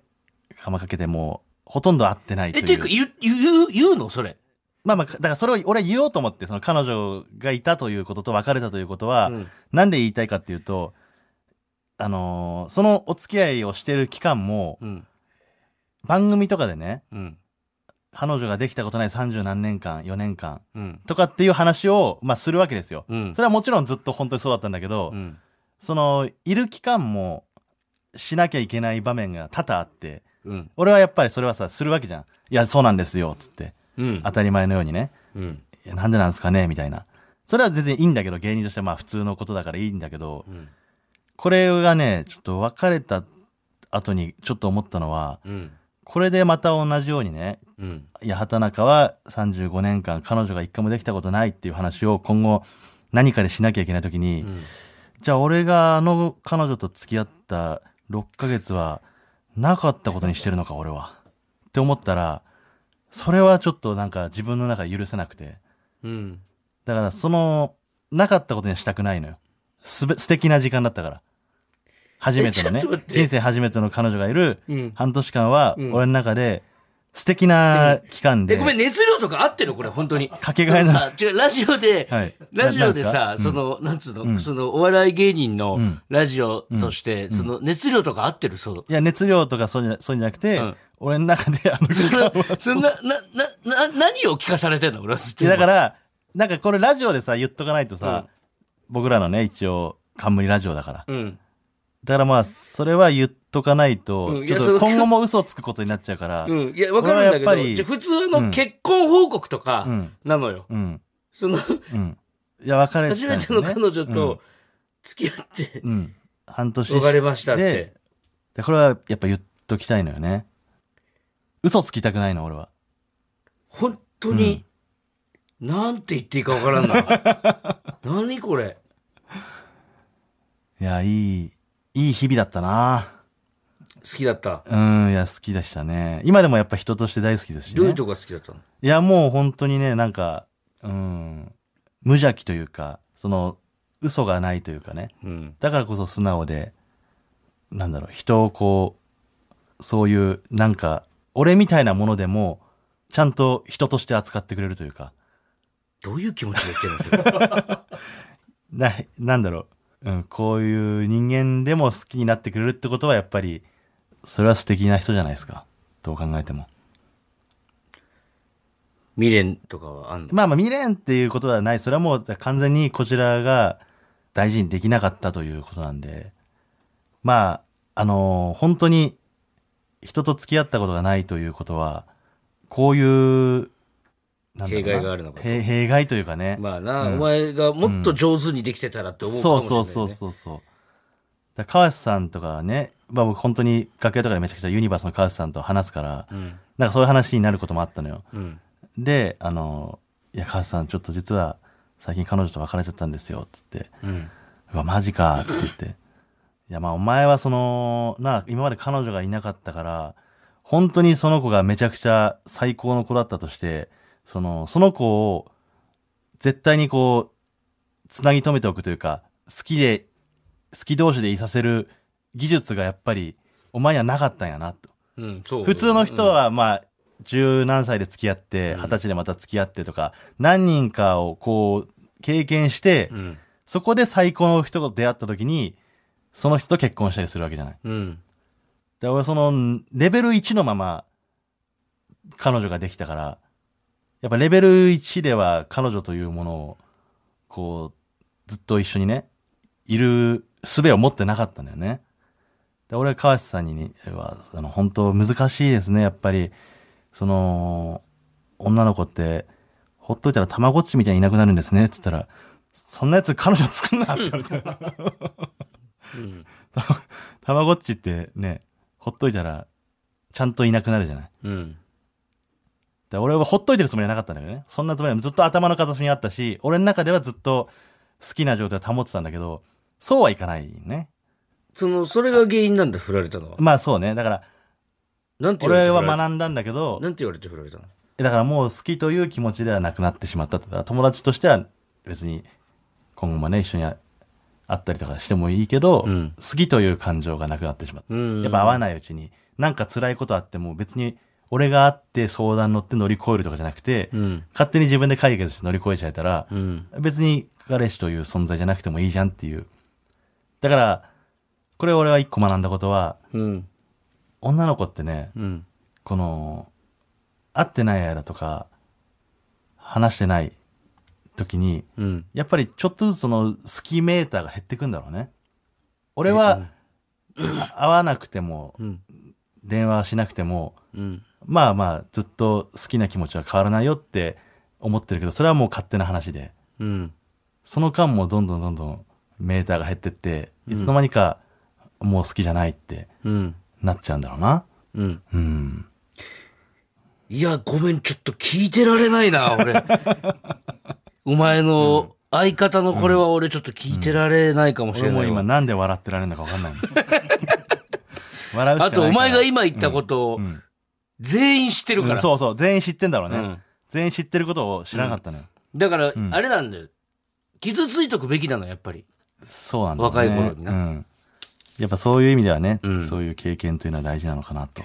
Speaker 2: かまかけてもう、ほとんど会ってないとい
Speaker 1: え、
Speaker 2: う。
Speaker 1: ていうか、言う、言う、言うのそれ。
Speaker 2: まあまあ、だからそれを俺は言おうと思って、その彼女がいたということと別れたということは、
Speaker 1: うん
Speaker 2: なんで言いたいかっていうと、あのーそのお付き合いをしてる期間も、
Speaker 1: うん。
Speaker 2: 番組とかでね、
Speaker 1: うん。
Speaker 2: 彼女ができたことない30何年間、4年間
Speaker 1: うん。
Speaker 2: とかっていう話を、まあするわけですよ。
Speaker 1: うん
Speaker 2: そ。れはもちろんずっと本当にそうだったんだけど、
Speaker 1: うん。
Speaker 2: その、いる期間も、しなきゃいけない場面が多々あって、
Speaker 1: うん。
Speaker 2: 俺はやっぱりそれはさ、するわけじゃん。いや、そうなんですよ、つって。
Speaker 1: うん。
Speaker 2: 当たり前のようにね。
Speaker 1: うん。
Speaker 2: いやなんでなんですかねみたいな。それは全然いいんだけど、芸人としてはまあ普通のことだからいいんだけど、
Speaker 1: うん。
Speaker 2: これがね、ちょっと別れた後にちょっと思ったのは、
Speaker 1: うん。
Speaker 2: これでまた同じようにね、
Speaker 1: うん。
Speaker 2: いや、畑中は35年間彼女が一回もできたことないっていう話を今後何かでしなきゃいけないときに、
Speaker 1: うん
Speaker 2: じゃあ俺があの彼女と付き合った6ヶ月はなかったことにしてるのか、俺は。って思ったら、それはちょっとなんか自分の中で許せなくて。
Speaker 1: うん。
Speaker 2: だからその、なかったことにはしたくないのよ。すべ、素敵な時間だったから。初めての
Speaker 1: え
Speaker 2: ね
Speaker 1: ちょっと待っ。て
Speaker 2: 人生初めての彼女がいる
Speaker 1: うん
Speaker 2: 半年間は、
Speaker 1: うん
Speaker 2: 俺の中で素敵な期間で。
Speaker 1: え、ごめん、熱量とか合ってるのこれ、本当に。
Speaker 2: かけがえな
Speaker 1: さ違う、ラジオで、
Speaker 2: はい
Speaker 1: ラジオで
Speaker 2: な
Speaker 1: さ
Speaker 2: な、んす
Speaker 1: そ
Speaker 2: か
Speaker 1: の、なんつうの、
Speaker 2: ん
Speaker 1: その、お笑い芸人の
Speaker 2: うん
Speaker 1: ラジオとして、その、熱量とか合ってるそう。
Speaker 2: いや、熱量とかそうじゃそうじゃなくて、
Speaker 1: うん
Speaker 2: 俺の中であの期
Speaker 1: そん
Speaker 2: 間
Speaker 1: な
Speaker 2: は。、
Speaker 1: そんな、な、な、な、何を聞かされてんの俺はずっ
Speaker 2: い
Speaker 1: と
Speaker 2: や
Speaker 1: 今
Speaker 2: だから、なんかこれラジオでさ、言っとかないとさ、僕らのね、一応、冠ラジオだから。
Speaker 1: うん。
Speaker 2: だからまあ、それは言っとかないと、
Speaker 1: うんい
Speaker 2: ちょ
Speaker 1: や
Speaker 2: っ
Speaker 1: その
Speaker 2: と今後も嘘をつくことになっちゃうから、
Speaker 1: うん。いや、わかるんだけ
Speaker 2: 俺はやっぱ
Speaker 1: ど、
Speaker 2: り
Speaker 1: じゃあ普通
Speaker 2: う
Speaker 1: の
Speaker 2: ん
Speaker 1: 結婚報告とか
Speaker 2: うん、
Speaker 1: なのよ。
Speaker 2: うん、
Speaker 1: その、
Speaker 2: うん。いや、別れ
Speaker 1: 初
Speaker 2: てた
Speaker 1: め
Speaker 2: んです
Speaker 1: て
Speaker 2: よ
Speaker 1: の
Speaker 2: ね
Speaker 1: 彼女と付き合って、
Speaker 2: うん、うん半年
Speaker 1: 別れましたって
Speaker 2: で。でこれはやっぱ言っときたいのよね。嘘つきたくないの、俺は。
Speaker 1: 本当に、なんて言っていいかわからんな。 何これ。
Speaker 2: いや、いい、いい日々だったな
Speaker 1: 好きだった。
Speaker 2: うん、いや、好きでしたね。今でもやっぱ人として大好きですし
Speaker 1: どうい
Speaker 2: ね
Speaker 1: う。とこが好きだったの
Speaker 2: いや、もう本当にね、なんか、うん、無邪気というか、その、嘘がないというかね。
Speaker 1: うん。
Speaker 2: だからこそ素直で、なんだろう、人をこう、そういう、なんか、俺みたいなものでも、ちゃんと人として扱ってくれるというか、
Speaker 1: どういう気持ちで言ってるのそれ
Speaker 2: な、なんだろう、うん、こういう人間でも好きになってくれるってことは、やっぱり、それは素敵な人じゃないですか。どう考えても。
Speaker 1: 未練とかはあんの
Speaker 2: まあまあ未練っていうことではない。それはもう完全にこちらが大事にできなかったということなんで。まあ、あのー本当に人と付き合ったことがないということは、こういう、なんだろうな
Speaker 1: 弊害があるのかと
Speaker 2: へ弊害というかね。
Speaker 1: まあな、お前がもっと上手にできてたらって思うか
Speaker 2: そ
Speaker 1: も
Speaker 2: う
Speaker 1: しれない、
Speaker 2: そ
Speaker 1: ね。
Speaker 2: うそうそうそう。だから川瀬さんとかはね、まあ僕本当に楽屋とかでめちゃくちゃユニバースの川瀬さんと話すから、
Speaker 1: ん
Speaker 2: なんかそういう話になることもあったのよ。
Speaker 1: うん。
Speaker 2: で、あの、いや、母さん、ちょっと実は、最近彼女と別れちゃったんですよ、つって。
Speaker 1: うん。
Speaker 2: うわ、マジか、って言って。いや、まあ、お前はその、なあ、今まで彼女がいなかったから、本当にその子がめちゃくちゃ最高の子だったとして、その、その子を、絶対にこう、つなぎ止めておくというか、好きで、好き同士でいさせる技術がやっぱり、お前にはなかったんやな、と。
Speaker 1: うん、そう。
Speaker 2: 普通の人は、まあ、十何歳で付き合って、二十歳でまた付き合ってとか、何人かをこう、経験して、
Speaker 1: うん。
Speaker 2: そこで最高の人と出会った時に、その人と結婚したりするわけじゃない。
Speaker 1: うん。
Speaker 2: で、俺その、レベル1のまま、彼女ができたから、やっぱレベル1では彼女というものを、こう、ずっと一緒にね、いる術を持ってなかったんだよね。で、俺は川瀬さんには、あの、本当難しいですね、やっぱり。その、女の子って、ほっといたらたまごっちみたいにいなくなるんですね、つったら、そんなやつ彼女作んなって言われて。
Speaker 1: うん。
Speaker 2: たまごっちってね、ほっといたら、ちゃんといなくなるじゃない。だか
Speaker 1: うん。
Speaker 2: ら俺はほっといてるつもりはなかったんだけどね。そんなつもりはずっと頭の片隅にあったし、俺の中ではずっと好きな状態を保ってたんだけど、そうはいかないね。
Speaker 1: その、それが原因なんだ、振られたのは。
Speaker 2: まあそうね。だから、
Speaker 1: なんて言われ
Speaker 2: 俺
Speaker 1: て
Speaker 2: は
Speaker 1: 振られた
Speaker 2: 学んだんだけど、
Speaker 1: なんて言われて振られたの
Speaker 2: だからもう好きという気持ちではなくなってしまったって。だから友達としては別に今後もね、一緒に会ったりとかしてもいいけど、
Speaker 1: うん
Speaker 2: 好きという感情がなくなってしまった。
Speaker 1: うん。
Speaker 2: やっぱ会わないうちに、なんか辛いことあっても別に俺が会って相談乗って乗り越えるとかじゃなくて、
Speaker 1: うん。
Speaker 2: 勝手に自分で解決して乗り越えちゃえたら
Speaker 1: う、ん。
Speaker 2: 別に彼氏という存在じゃなくてもいいじゃんっていう。だから、これ俺は一個学んだことは、
Speaker 1: うん。
Speaker 2: 女の子ってね、
Speaker 1: うん。
Speaker 2: この、会ってない間とか、話してない時に、
Speaker 1: うん。
Speaker 2: やっぱりちょっとずつその好きメーターが減ってくんだろうね。俺は、あ会わなくても、
Speaker 1: うん。
Speaker 2: 電話しなくても、
Speaker 1: うん。
Speaker 2: まあまあ、ずっと好きな気持ちは変わらないよって思ってるけど、それはもう勝手な話で、
Speaker 1: うん。
Speaker 2: その間もどんどんどんどんメーターが減ってって、いつの間にかもう好きじゃないって
Speaker 1: うん。
Speaker 2: なっちゃうんだろうな。
Speaker 1: うん。
Speaker 2: うん。
Speaker 1: いや、ごめん、ちょっと聞いてられないな、 俺。お前の相方のこれは俺ちょっと聞いてられないかもし
Speaker 2: 俺
Speaker 1: れ
Speaker 2: も
Speaker 1: な
Speaker 2: う
Speaker 1: いわ。
Speaker 2: 今なんで笑ってられるのかわか んない。笑うしかないから。
Speaker 1: あと、お前が今言った
Speaker 2: と
Speaker 1: ことを、全員知ってるから。
Speaker 2: そうそう、全員知ってんだろうね。
Speaker 1: うん
Speaker 2: 全員知ってることを知らなかったのよ。
Speaker 1: だから、
Speaker 2: ん
Speaker 1: あれなんだよ。傷ついとくべきなの、やっぱり。
Speaker 2: そうなんだ、ね。
Speaker 1: 若い頃にな
Speaker 2: うん。やっぱそういう意味ではね、
Speaker 1: うん
Speaker 2: そういう経験というのは大事なのかなと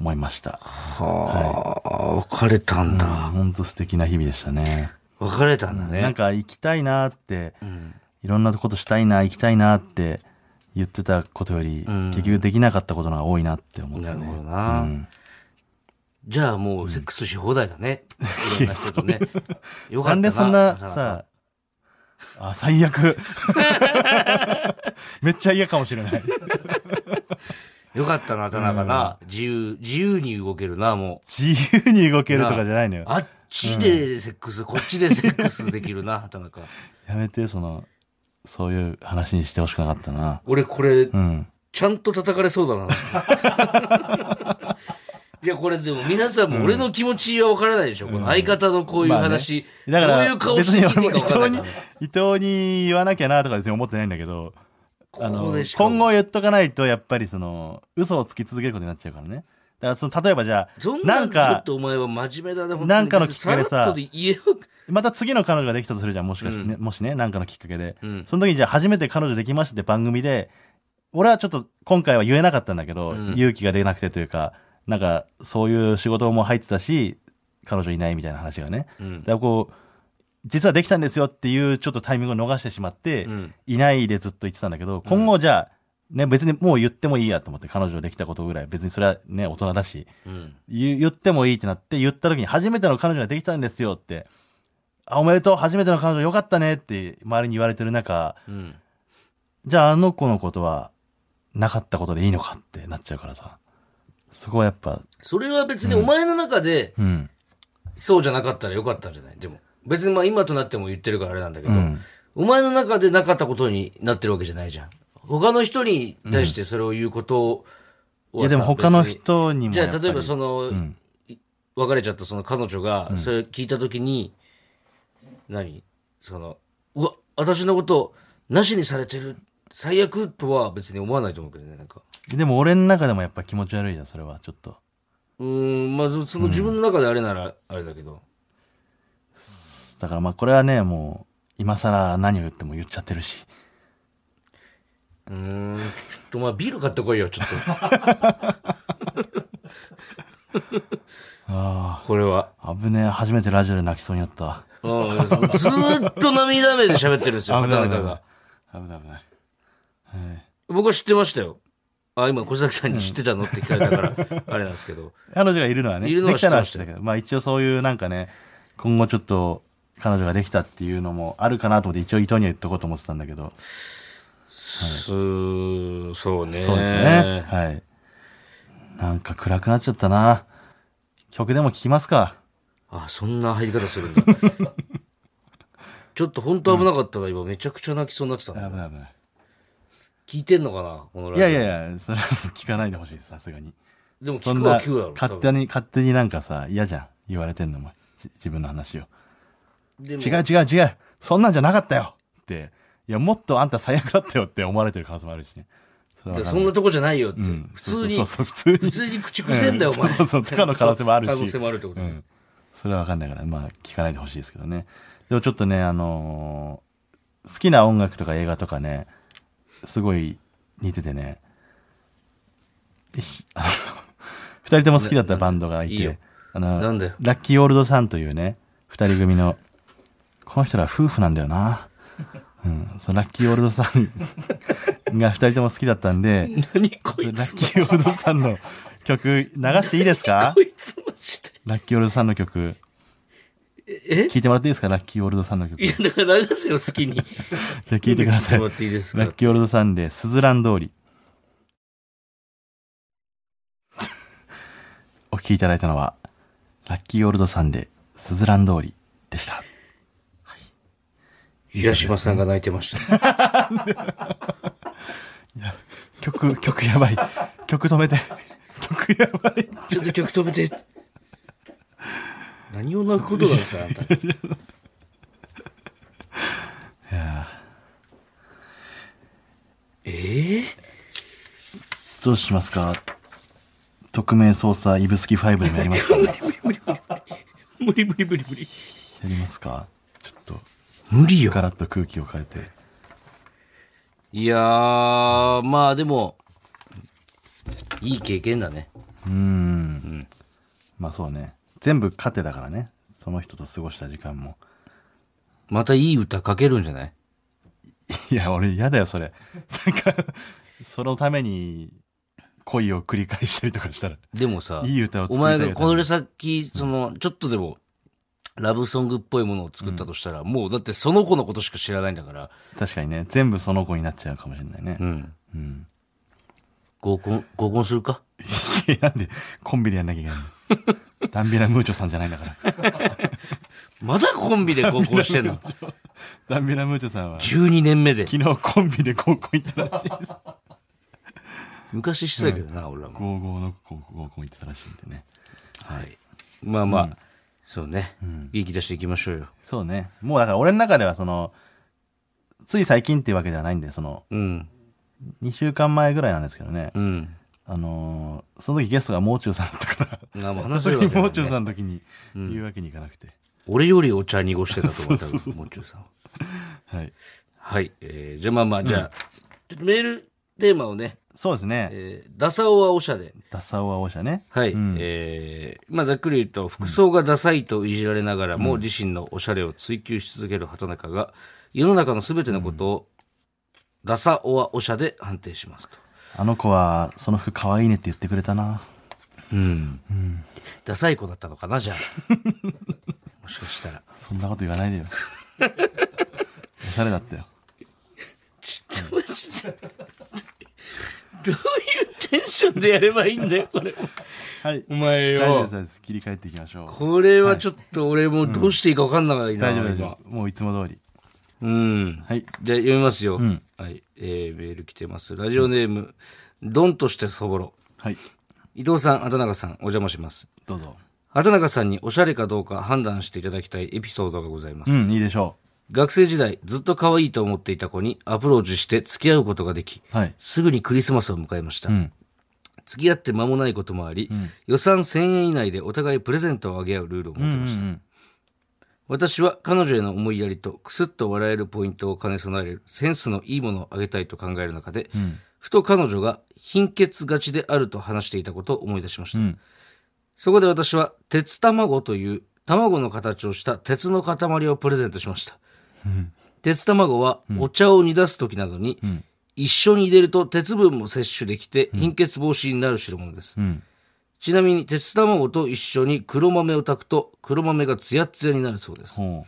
Speaker 2: 思いました。
Speaker 1: はあ、別れたんだ。
Speaker 2: 本当素敵な日々でしたね。
Speaker 1: 別れたんだね。
Speaker 2: なんか行きたいなって、
Speaker 1: うん
Speaker 2: いろんなことしたいな、行きたいなって言ってたことより、
Speaker 1: ん
Speaker 2: 結局できなかったことの方が多いなって思った
Speaker 1: なる
Speaker 2: ね。
Speaker 1: ほどな
Speaker 2: うん
Speaker 1: じゃあもうセックスし放題だね。いろんな人とね。よかったな。
Speaker 2: なんでそんな
Speaker 1: なかなか
Speaker 2: さ、あ、最悪。めっちゃ嫌かもしれない。
Speaker 1: よかったな、田中な。自由、自由に動けるな、も
Speaker 2: 自由に動けるとかじゃないの
Speaker 1: う。
Speaker 2: よ。
Speaker 1: あっちでセックス、こっちでセックスできるな、田中。
Speaker 2: やめて、その、そういう話にしてほしくなかったな。
Speaker 1: 俺これ、
Speaker 2: うん。
Speaker 1: ちゃんと叩かれそうだな。 いや、これでも皆さんも俺の気持ちは分からないでしょ、この相方のこういう話。
Speaker 2: まあ
Speaker 1: どうい
Speaker 2: ね、
Speaker 1: う
Speaker 2: だか
Speaker 1: 顔
Speaker 2: ら、別
Speaker 1: して聞
Speaker 2: に
Speaker 1: いてい
Speaker 2: 俺
Speaker 1: いか分からない
Speaker 2: も伊藤に
Speaker 1: から。、
Speaker 2: 伊藤に言わなきゃなとか別に思ってないんだけど、あ
Speaker 1: こ
Speaker 2: の
Speaker 1: こでしかも
Speaker 2: 今後言っとかないと、やっぱりその、嘘をつき続けることになっちゃうからね。だからその、例えばじゃ
Speaker 1: そん
Speaker 2: あ、
Speaker 1: な
Speaker 2: なん
Speaker 1: んちょっ
Speaker 2: か、
Speaker 1: とお前は真面目だね、本当に
Speaker 2: なんかのきっかけでさ
Speaker 1: さらっとで言えよ
Speaker 2: また次の彼女ができたとするじゃん、もしかしてね、もしね、なんかのきっかけで。
Speaker 1: うん
Speaker 2: その時にじゃあ、初めて彼女できましたって番組で、俺はちょっと今回は言えなかったんだけど、
Speaker 1: うん
Speaker 2: 勇気が出なくてというか、なんか、そういう仕事も入ってたし、彼女いないみたいな話がね。
Speaker 1: うん
Speaker 2: だからこう、実はできたんですよっていうちょっとタイミングを逃してしまって、
Speaker 1: うん
Speaker 2: いないでずっと言ってたんだけど、今後じゃあ、ね、別にもう言ってもいいやと思って、彼女できたことぐらい、別にそれはね、大人だし、
Speaker 1: うん
Speaker 2: 言言ってもいいってなって、言った時に初めての彼女ができたんですよって、あ、おめでとう、初めての彼女よかったねって周りに言われてる中、
Speaker 1: うん
Speaker 2: じゃああの子のことはなかったことでいいのかってなっちゃうからさ、そこはやっぱ、
Speaker 1: それは別にお前の中で、
Speaker 2: うん、
Speaker 1: そうじゃなかったらよかったんじゃないでも。別にまあ今となっても言ってるからあれなんだけど、
Speaker 2: うん
Speaker 1: お前の中でなかったことになってるわけじゃないじゃん。他の人に対してそれを言うことを、
Speaker 2: いやでも他の人にも
Speaker 1: じ
Speaker 2: や
Speaker 1: ゃ
Speaker 2: っぱ
Speaker 1: あ
Speaker 2: り
Speaker 1: 例えばその、い別れちゃったその彼女がそれ聞いた時に、何そのうわ私のことなしにされてる最悪とは別に思わないと思うけどねなんか
Speaker 2: でも俺の中でもやっぱ気持ち悪いじゃん、それはちょっと。
Speaker 1: うーんまあそその自分の中であれならあれだけど、
Speaker 2: だからまあこれはね、もう、今更何を言っても言っちゃってるし。
Speaker 1: うーん、ちょっとお前ビール買ってこいよ、ちょっと。
Speaker 2: あ
Speaker 1: これは。
Speaker 2: あ、危ねえ。初めてラジオで泣きそうになった。
Speaker 1: うんずーっと涙目で喋ってるんですよ、
Speaker 2: 危な
Speaker 1: 畑
Speaker 2: い危な
Speaker 1: 中
Speaker 2: い
Speaker 1: が。
Speaker 2: 危ない危ない。
Speaker 1: 僕は知ってましたよ。あ、今、小崎さんに知ってたのって聞かれたから、 あれなんですけど。
Speaker 2: 彼女がいるのはね、
Speaker 1: いるのは
Speaker 2: できたのは
Speaker 1: 知
Speaker 2: 知
Speaker 1: っ
Speaker 2: って
Speaker 1: ま
Speaker 2: てたけど、まあ一応そういうなんかね、今後ちょっと彼女ができたっていうのもあるかなと思って一応伊藤には言っとこうと思ってたんだけど、
Speaker 1: すそうね。
Speaker 2: そうですね。はい。なんか暗くなっちゃったな。曲でも聴きますか。
Speaker 1: あ、そんな入り方するんだ。ちょっと本当危なかったな、今。めちゃくちゃ泣きそうになってた
Speaker 2: 危
Speaker 1: な。
Speaker 2: ない危ない。
Speaker 1: 聞いてんのかなこのラ
Speaker 2: い
Speaker 1: ジオ
Speaker 2: やいやいや、それは聞かないでほしいです、さすがに。
Speaker 1: でも聞
Speaker 2: そん
Speaker 1: くは
Speaker 2: な
Speaker 1: 聞くだろ。
Speaker 2: 勝
Speaker 1: 多
Speaker 2: 手に、勝手になんかさ、嫌じゃん。言われてんのも、じ自分の話を。
Speaker 1: 分でも
Speaker 2: 違う違う違うそんなんじゃなかったよって。いや、もっとあんた最悪だったよって思われてる可能性もあるしね。それはわか
Speaker 1: そ
Speaker 2: んない
Speaker 1: んなとこじゃないよって。
Speaker 2: うん
Speaker 1: 普通に
Speaker 2: そう、そうそう普通
Speaker 1: 普
Speaker 2: に。
Speaker 1: 通に口癖んだよ、お前。
Speaker 2: うんそうそうとかの可能性もあるし
Speaker 1: 可能性もあるってこと
Speaker 2: う
Speaker 1: ね。
Speaker 2: ん。それはわかんないから、まあ、聞かないでほしいですけどね。でもちょっとね、あのー好きな音楽とか映画とかね、すごい似ててね、いしあの 二人とも好きだったバンドがい
Speaker 1: いいよ
Speaker 2: て、あの、
Speaker 1: なんだよ
Speaker 2: ラッキーオールドさんというね、二人組の、この人ら夫婦なんだよな。うん、そのラッキーオールドさんが二人とも好きだったんで、
Speaker 1: 何 こ
Speaker 2: ラ
Speaker 1: いつ
Speaker 2: ッキーオールドさんの曲流していいですか
Speaker 1: こいつマジで。
Speaker 2: ラッキーオールドさんの曲。
Speaker 1: え
Speaker 2: 聞いてもらっていいですかラッキーオールドさんの曲。
Speaker 1: い
Speaker 2: じ
Speaker 1: や、だから流すよ、好きに。
Speaker 2: ゃあ聞いてください。
Speaker 1: もら
Speaker 2: ラ
Speaker 1: っていいですか
Speaker 2: ッキーオールドさんで、スズラン通 り。お聞きいただいたのは、ラッキーオールドさんで、スズラン通りでした。
Speaker 1: 平島さんが泣いてました。
Speaker 2: 曲、曲やばい。曲止めて。曲やばい。
Speaker 1: ちょっと曲止めて。何を泣くことなんですか、あんた。えー
Speaker 2: どうしますか特命捜査、指宿5でもやり ますかや
Speaker 1: 無理無理無理無理。
Speaker 2: りますかちょっと、
Speaker 1: 無理よ。
Speaker 2: ガラッと空気を変えて。
Speaker 1: いやー、まあでも、いい経験だね。
Speaker 2: うーん。まあそうね。全部糧だからね。その人と過ごした時間も。
Speaker 1: またいい歌書けるんじゃない
Speaker 2: いや、俺嫌だよ、それ。 なんか、そのために恋を繰り返したりとかしたら。
Speaker 1: でもさ、
Speaker 2: いい歌を
Speaker 1: お
Speaker 2: 作りたい
Speaker 1: 前
Speaker 2: よ
Speaker 1: がこの先、その、ちょっとでも、ラブソングっぽいものを作ったとしたら、もうだってその子のことしか知らないんだから、
Speaker 2: 確かにね、全部その子になっちゃうかもしれないね
Speaker 1: う。ん。
Speaker 2: うん。
Speaker 1: 合コン、合コンするか
Speaker 2: いやなんでコンビでやんなきゃいけない のダンビラムーチョさんじゃないんだから。
Speaker 1: まだコンビで合コンして んの
Speaker 2: ダンビラムーチョ さんは、昨
Speaker 1: ?12 年目で。
Speaker 2: 日コンビで高校行ったらしいです。
Speaker 1: 昔してたけどな、俺らも。
Speaker 2: 高校の高校行ってたらしいんでね。
Speaker 1: はい。まあまあ、そうね。元気出していきましょうよ。
Speaker 2: そうね。もうだから俺の中ではその、つい最近っていうわけではないんで、その、
Speaker 1: うん。
Speaker 2: 2週間前ぐらいなんですけどね。
Speaker 1: うん。
Speaker 2: あのーその時ゲストがもう中さんだったから。
Speaker 1: なあ、もう
Speaker 2: そ
Speaker 1: 話せ
Speaker 2: の
Speaker 1: るわけだ
Speaker 2: 時
Speaker 1: からね
Speaker 2: もう中さんの時に言うわけにいかなくて。
Speaker 1: 俺よりお茶濁してたと思ったけど、もう中さんは。
Speaker 2: はい。
Speaker 1: はい。えー、じゃあまあまあ、じゃあ、ちょっとメールテーマをね、
Speaker 2: そうですね。
Speaker 1: えー、ダサオはオシャで。
Speaker 2: ダサオは王者ね。
Speaker 1: はい。えーまあざっくり言うと、服装がダサいといじられながらも、自身のおしゃれを追求し続ける畑中が、世の中のすべてのことを、ダサオはオシャで判定しますと。
Speaker 2: あの子は、その服可愛いねって言ってくれたな。
Speaker 1: うん。ダサい子だったのかな、じゃあ。 もしかしたら。
Speaker 2: そんなこと言わないで よ。おしゃれだったよ。
Speaker 1: ちょっとマジで。どういうテンションでやればいいんだよ、これ。
Speaker 2: はい。
Speaker 1: お前
Speaker 2: 大
Speaker 1: よ。
Speaker 2: 丈夫です大丈夫です。切り替えていきましょう。
Speaker 1: これはちょっと俺もうどうしていいか分かんながいな、
Speaker 2: 大丈夫大
Speaker 1: 今
Speaker 2: 丈夫。もういつも通り。
Speaker 1: うん。
Speaker 2: はい。
Speaker 1: で、読みますよ。はい。えー、メール来てます。ラジオネーム、ドンとしてそぼろ。
Speaker 2: はい。
Speaker 1: 伊藤さん、畑中さん、お邪魔します。
Speaker 2: どうぞ。
Speaker 1: 畑中さんにおしゃれかどうか判断していただきたいエピソードがございます。
Speaker 2: うん、いいでしょ
Speaker 1: 学生時代、ずっと可愛いと思っていた子にアプローチして付き合うことができ、
Speaker 2: う。はい。
Speaker 1: すぐにクリスマスを迎えました。
Speaker 2: ん
Speaker 1: 付き合って間もないこともあり、予算1000円以内でお互いプレゼントをあげ合うルールを設けました。
Speaker 2: うんうん。
Speaker 1: 私は彼女への思いやりとクスッと笑えるポイントを兼ね備えるセンスのいいものをあげたいと考える中で、ふと彼女が貧血がちであると話していたことを思い出しました、そこで私は、鉄卵という卵の形をした鉄の塊をプレゼントしました。鉄卵はお茶を煮出す時などに、一緒に入れると鉄分も摂取できて、貧血防止になる代物です。
Speaker 2: ん
Speaker 1: ちなみに、鉄卵と一緒に黒豆を炊くと、黒豆がツヤツヤになるそうです。
Speaker 2: ほ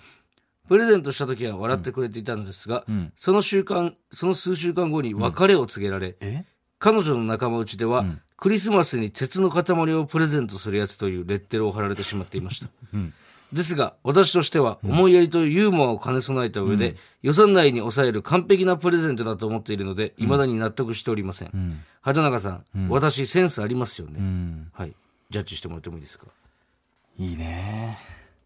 Speaker 1: プレゼントした時は笑ってくれていたのですが、
Speaker 2: ん
Speaker 1: その週間、その数週間後に別れを告げられ、
Speaker 2: う。え
Speaker 1: 彼女の仲間内では、クリスマスに鉄の塊をプレゼントするやつというレッテルを貼られてしまっていました。ですが、私としては、思いやりとユーモアを兼ね備えた上で、予算内に抑える完璧なプレゼントだと思っているので、未だに納得しておりません。畑中さん,、私、センスありますよね、
Speaker 2: うん。
Speaker 1: はい。ジャッジしてもらってもいいですか
Speaker 2: いいね。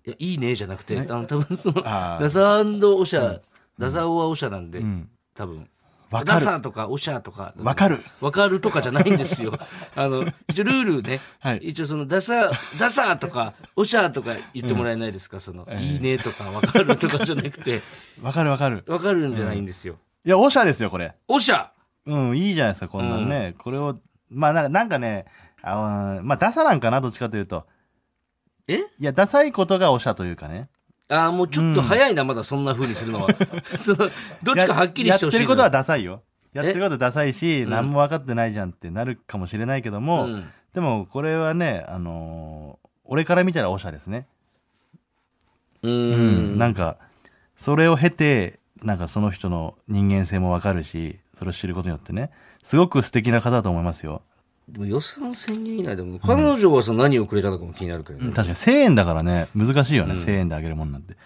Speaker 1: いや、いいねじゃなくて、あの、多分その、
Speaker 2: あー
Speaker 1: ダサオシャ、ダサオはオシャなんで、多分。
Speaker 2: わか
Speaker 1: ダ
Speaker 2: る
Speaker 1: サとかオシャとか。
Speaker 2: わかる。
Speaker 1: わかるとかじゃないんです よ。あの、一応ルールね。
Speaker 2: はい
Speaker 1: 一応その、ダサ、ダサーとか、オシャーとか言ってもらえないですか、その、いいねとか、わかるとかじゃなくて、
Speaker 2: わかるわかる。
Speaker 1: わかるんじゃないんですよ。
Speaker 2: いや、オシャですよ、これ。
Speaker 1: オシャ
Speaker 2: うん、いいじゃないですか、こんなんね。これを、まあなんかなんかね、あーまあ、ダサなんかな、どっちかというと。
Speaker 1: え
Speaker 2: いや、ダサいことがオシャというかね。
Speaker 1: ああ、もうちょっと早いな、まだそんな風にするのは。 その、どっちかはっきり
Speaker 2: や
Speaker 1: してほしいの
Speaker 2: やってる
Speaker 1: よ。
Speaker 2: ことはダサいよ。やってることはダサいし、何も分かってないじゃんってなるかもしれないけど
Speaker 1: う
Speaker 2: も、
Speaker 1: ん
Speaker 2: でもこれはね、あのー俺から見たらオシャですね。
Speaker 1: う。
Speaker 2: うんなんか、それを経て、なんかその人の人間性も分かるし、それを知ることによってね、すごく素敵な方だと思いますよ。
Speaker 1: でも予算1000円以内でも、彼女はその何をくれたのかも気になるけどね。
Speaker 2: 確かに1000円だからね、難しいよね、1000円であげるもんなんて。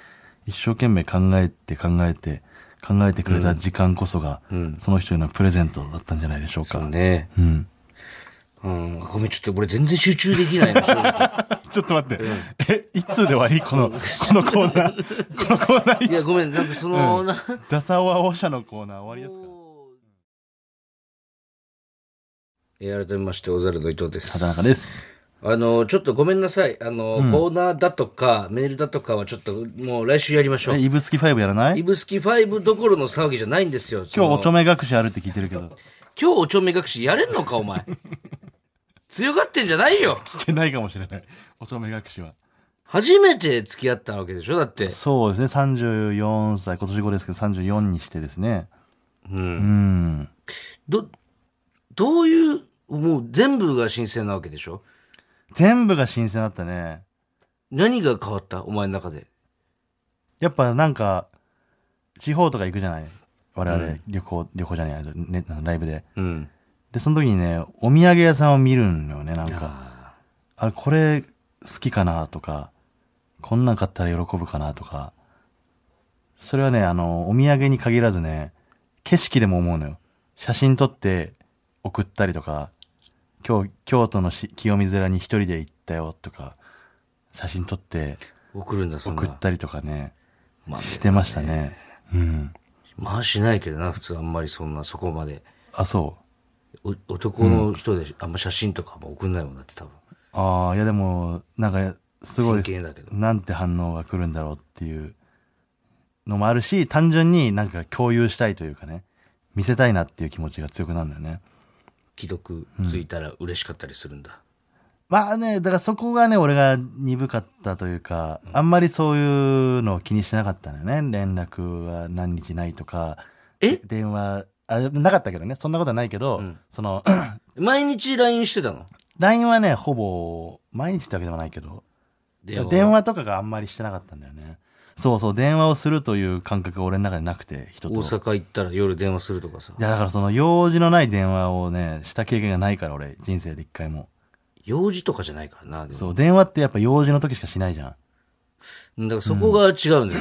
Speaker 2: 一生懸命考えて考えて、考えてくれた時間こそが、
Speaker 1: うん
Speaker 2: その人へのプレゼントだったんじゃないでしょうか。
Speaker 1: そうね。
Speaker 2: うん。
Speaker 1: うん。ごめん、ちょっと俺全然集中でき ないな正直
Speaker 2: ちょっと待って。え、いつで終わりこの、このコーナー。 このコーナー、
Speaker 1: いや、ごめん、なんかその、
Speaker 2: うん
Speaker 1: なん
Speaker 2: ダサオアオシャのコーナー終わりですか
Speaker 1: えー改めまして、オザルド伊藤です。
Speaker 2: 畑中です。
Speaker 1: あの、ちょっとごめんなさい。あの、コーナーだとか、メールだとかはちょっと、もう来週やりましょ
Speaker 2: え、
Speaker 1: う。
Speaker 2: イブスキ5やらない
Speaker 1: イブスキ5どころの騒ぎじゃないんですよ。
Speaker 2: 今日おちょ
Speaker 1: め。
Speaker 2: め隠しあるって聞いてるけ ど。
Speaker 1: 今日おちょめ隠しやれんのか、お前。 強がってんじゃないよ。
Speaker 2: 来てないかもしれない。おちょめ隠しは。
Speaker 1: 初めて付き合ったわけでしょだって。
Speaker 2: そうですね。34歳、今年5ですけど34にしてですね。
Speaker 1: うん。
Speaker 2: うん。
Speaker 1: ど、どういう、もう全部が新鮮なわけでしょ
Speaker 2: 全部が新鮮だったね。
Speaker 1: 何が変わったお前の中で。
Speaker 2: やっぱなんか、地方とか行くじゃない我々、
Speaker 1: う
Speaker 2: 旅行、旅行じゃない、ね、ライブで。
Speaker 1: うん。
Speaker 2: で、その時にね、お土産屋さんを見るんよね、なんか。
Speaker 1: あ
Speaker 2: あれ、これ好きかなとか、こんなん買ったら喜ぶかなとか、それはね、あの、お土産に限らずね、景色でも思うのよ。写真撮って送ったりとか、今日、京都のし清水寺に一人で行ったよとか、写真撮って
Speaker 1: ー送るんだ、そんな。
Speaker 2: 送ったりとかね、
Speaker 1: まあ
Speaker 2: してましたね。うん。
Speaker 1: まあしないけどな、普通あんまりそんな、そこまで。
Speaker 2: あ、そう。
Speaker 1: お男の人で、あんま写真とかも送んないもんだって多分。
Speaker 2: ああ、いやでも、なんか、すごいです
Speaker 1: 偏見だけど。
Speaker 2: なんて反応が来るんだろうっていうのもあるし、単純になんか共有したいというかね、見せたいなっていう気持ちが強くなるんだよね。
Speaker 1: 既読ついたら嬉しかったりするんだ。
Speaker 2: まあね、だからそこがね、俺が鈍かったというか、あんまりそういうのを気にしてなかったんだよね。連絡は何日ないとか、
Speaker 1: え
Speaker 2: 電話、あ、なかったけどね、そんなことはないけど、
Speaker 1: ん
Speaker 2: その、
Speaker 1: 毎日 LINE してたの
Speaker 2: LINE はね、ほぼ毎日ってわけでもないけど、
Speaker 1: 電話。
Speaker 2: 電話とかがあんまりしてなかったんだよね。そうそう、電話をするという感覚が俺の中でなくて、人
Speaker 1: 大
Speaker 2: と。
Speaker 1: 阪行ったら夜電話するとかさ
Speaker 2: い。や、だからその用事のない電話をね、した経験がないから俺、人生で一回も。
Speaker 1: 用事とかじゃないからな、でも。
Speaker 2: そう、電話ってやっぱ用事の時しかしないじゃん。
Speaker 1: だからそこが違うんだよ、ね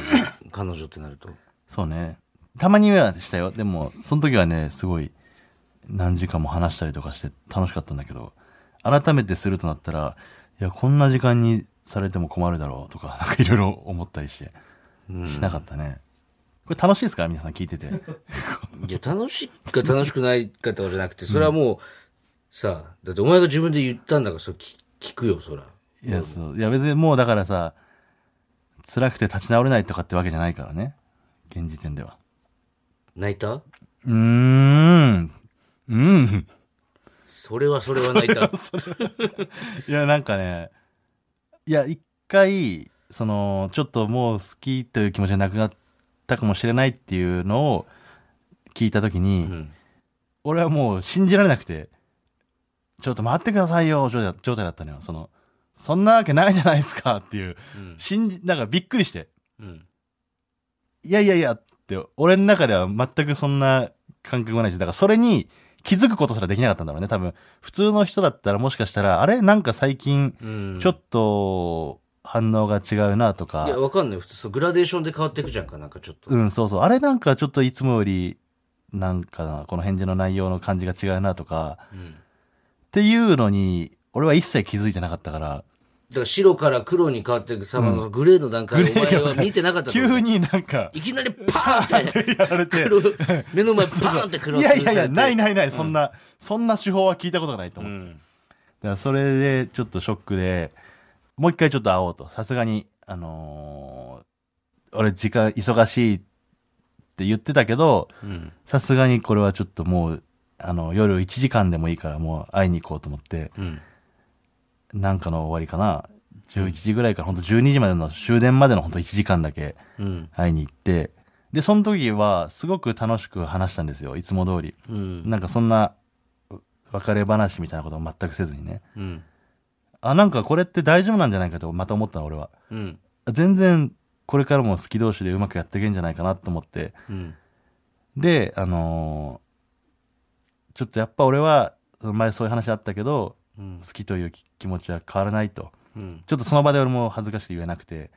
Speaker 1: 彼女ってなると。
Speaker 2: そうね。たまにはしたよ。でも、その時はね、すごい、何時間も話したりとかして楽しかったんだけど、改めてするとなったら、いや、こんな時間にされても困るだろうとか、 なんかいろいろ思ったりして、しなかったね。これ楽しいですか皆さん聞いてて。
Speaker 1: いや、楽しいか楽しくないかとかじゃなくて、それはもう、さあ、だってお前が自分で言ったんだから、それ聞聞くよ、そら。
Speaker 2: いや、そう。いや、別にもうだからさ、辛くて立ち直れないとかってわけじゃないからね。現時点では。
Speaker 1: 泣いた
Speaker 2: うーん。うん。
Speaker 1: それはそれは泣いた。
Speaker 2: いや、なんかね、いや、一回、その、ちょっともう好きという気持ちがなくなったかもしれないっていうのを聞いたときに、
Speaker 1: うん
Speaker 2: 俺はもう信じられなくて、ちょっと待ってくださいよ、状態状態だったのよ。その、そんなわけないじゃないですかっていう、
Speaker 1: うん
Speaker 2: 信じ、なんかびっくりして、
Speaker 1: うん
Speaker 2: いやいやいやって、俺の中では全くそんな感覚がないし、だからそれに気づくことすらできなかったんだろうね、多分。普通の人だったらもしかしたら、あれなんか最近、
Speaker 1: うん
Speaker 2: ちょっと反応が違うなとか
Speaker 1: い、やわかんない普通そうグラデーションで変わっていくじゃんかなんかちょっと
Speaker 2: うん、そうそう。あれなんかちょっといつもより、なんかな、この返事の内容の感じが違うなとか、
Speaker 1: うんだ
Speaker 2: っていうのに、俺は一切気づいてなかったから、
Speaker 1: から白から黒に変わっていく様のグレーの段階でお前は見てなかったから
Speaker 2: 急になんか、
Speaker 1: いきなりパーンって
Speaker 2: やられて、
Speaker 1: 黒目の前パーンって黒
Speaker 2: いやいやいや、ない
Speaker 1: な
Speaker 2: ないない、そんな、そんな手法は聞いたことがないと思う。だからそれでちょっとショックで、もう一回ちょっと会おうと。さすがに、あのー俺時間忙しいって言ってたけど、
Speaker 1: うん
Speaker 2: さすがにこれはちょっともう、あの、夜1時間でもいいからもう会いに行こうと思って、
Speaker 1: うん
Speaker 2: なんかの終わりかな。11時ぐらいから本当12時までの終電までの本当1時間だけ
Speaker 1: うん
Speaker 2: 会いに行って、で、その時はすごく楽しく話したんですよ。いつも通り。
Speaker 1: うん
Speaker 2: なんかそんなう別れ話みたいなことを全くせずにね。
Speaker 1: うん
Speaker 2: あ、なんかこれって大丈夫なんじゃないかとまた思ったの俺は。
Speaker 1: うん
Speaker 2: 全然これからも好き同士でうまくやっていけんじゃないかなと思って。
Speaker 1: うん
Speaker 2: で、あのーちょっとやっぱ俺は、前そういう話あったけど、
Speaker 1: うん
Speaker 2: 好きというき気持ちは変わらないと。
Speaker 1: うん
Speaker 2: ちょっとその場で俺も恥ずかしくて言えなくて、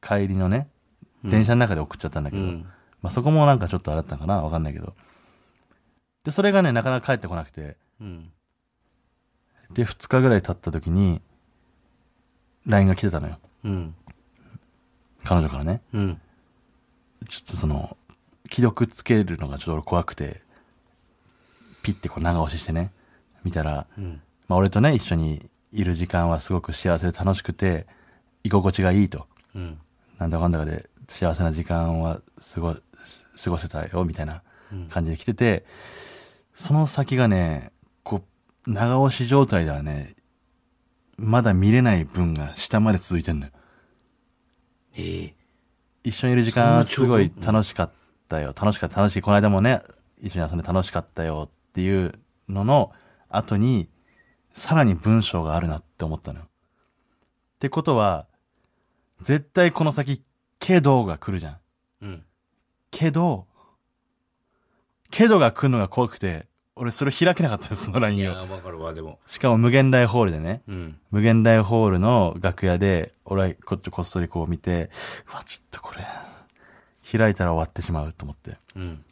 Speaker 2: 帰りのね、
Speaker 1: うん
Speaker 2: 電車の中で送っちゃったんだけ
Speaker 1: う
Speaker 2: ど、
Speaker 1: ん
Speaker 2: まあそこもなんかちょっとあれだったのかなわかんないけど。で、それがね、なかなか帰ってこなくて、
Speaker 1: うん
Speaker 2: で、2日ぐらい経った時に、LINE が来てたのよ。
Speaker 1: うん
Speaker 2: 彼女からね。
Speaker 1: うん
Speaker 2: ちょっとその、既読つけるのがちょっと俺怖くて、ピッてこう長押ししてね、見たら、
Speaker 1: うん
Speaker 2: まあ俺とね、一緒にいる時間はすごく幸せで楽しくて、居心地がいいと。
Speaker 1: うん
Speaker 2: なんだかんだかで幸せな時間は過ご、過ごせたよ、みたいな
Speaker 1: うん
Speaker 2: 感じで来てて、その先がね、こう、長押し状態ではね、まだ見れない分が下まで続いてんのよ。
Speaker 1: ええ
Speaker 2: 一緒にいる時間はすごい
Speaker 1: そんな
Speaker 2: 楽しかったよ。楽しかった、楽しい。この間もね、一緒に遊んで楽しかったよっていうのの後に、さらに文章があるなって思ったのよ。ってことは、絶対この先、けどが来るじゃん。
Speaker 1: うん
Speaker 2: けど、けどが来るのが怖くて、俺それ開けなかったです、その
Speaker 1: い
Speaker 2: LINE
Speaker 1: や
Speaker 2: を。
Speaker 1: わかるわでも
Speaker 2: しかも無限大ホールでね。
Speaker 1: うん
Speaker 2: 無限大ホールの楽屋で、俺はこっちこっそりこう見て、うわ、ちょっとこれ、開いたら終わってしまうと思って、
Speaker 1: うん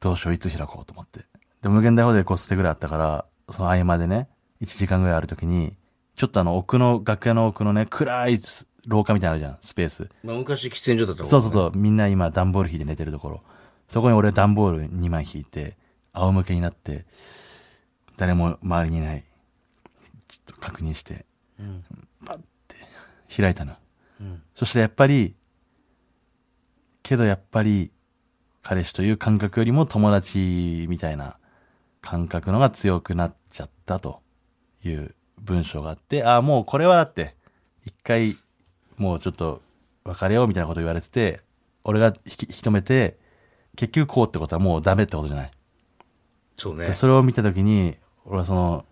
Speaker 2: どうしよう、いつ開こうと思って。で、無限大ホールでこう捨てぐらいあったから、その合間でね、1時間ぐらいあるときに、ちょっとあの奥の、楽屋の奥のね、暗いす廊下みたいなのあるじゃん、スペース。
Speaker 1: まあ昔喫煙所だった
Speaker 2: そうそう
Speaker 1: う
Speaker 2: そう、みんな今段ボール引いて寝てるところ。そこに俺段ボール2枚引いて、仰向けになって、誰も周りにいない。ちょっと確認して、
Speaker 1: うん
Speaker 2: 開いたの。
Speaker 1: うん
Speaker 2: そしてやっぱり、けどやっぱり、彼氏という感覚よりも友達みたいな感覚のが強くなっちゃったという文章があって、ああ、もうこれはだって、一回、もうちょっと別れようみたいなこと言われてて、俺が引き引き止めて、結局こうってことはもうダメってことじゃない。
Speaker 1: そう
Speaker 2: で
Speaker 1: ね
Speaker 2: それを見たときに、俺はその、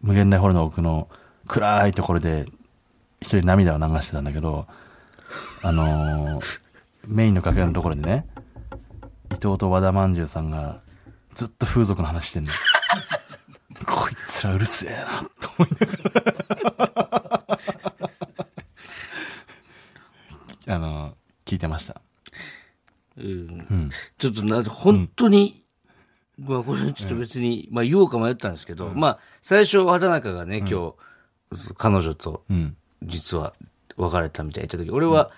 Speaker 2: 無限大ホールの奥の暗いところで、一人涙を流してたんだけど、あのーメインの楽屋のところでね、伊藤と和田まんじゅうさんが、ずっと風俗の話 してんの。こいつらうるせえな、と思いなが ら。あのー聞いてました。
Speaker 1: うん
Speaker 2: うん。
Speaker 1: ちょっとな、本当に、まあこれちょっと別に、まあ言おうか迷ったんですけど、まあ最初、畑中がね、今日、彼女と
Speaker 2: うん。
Speaker 1: 実は別れたみたいな言った時、俺は、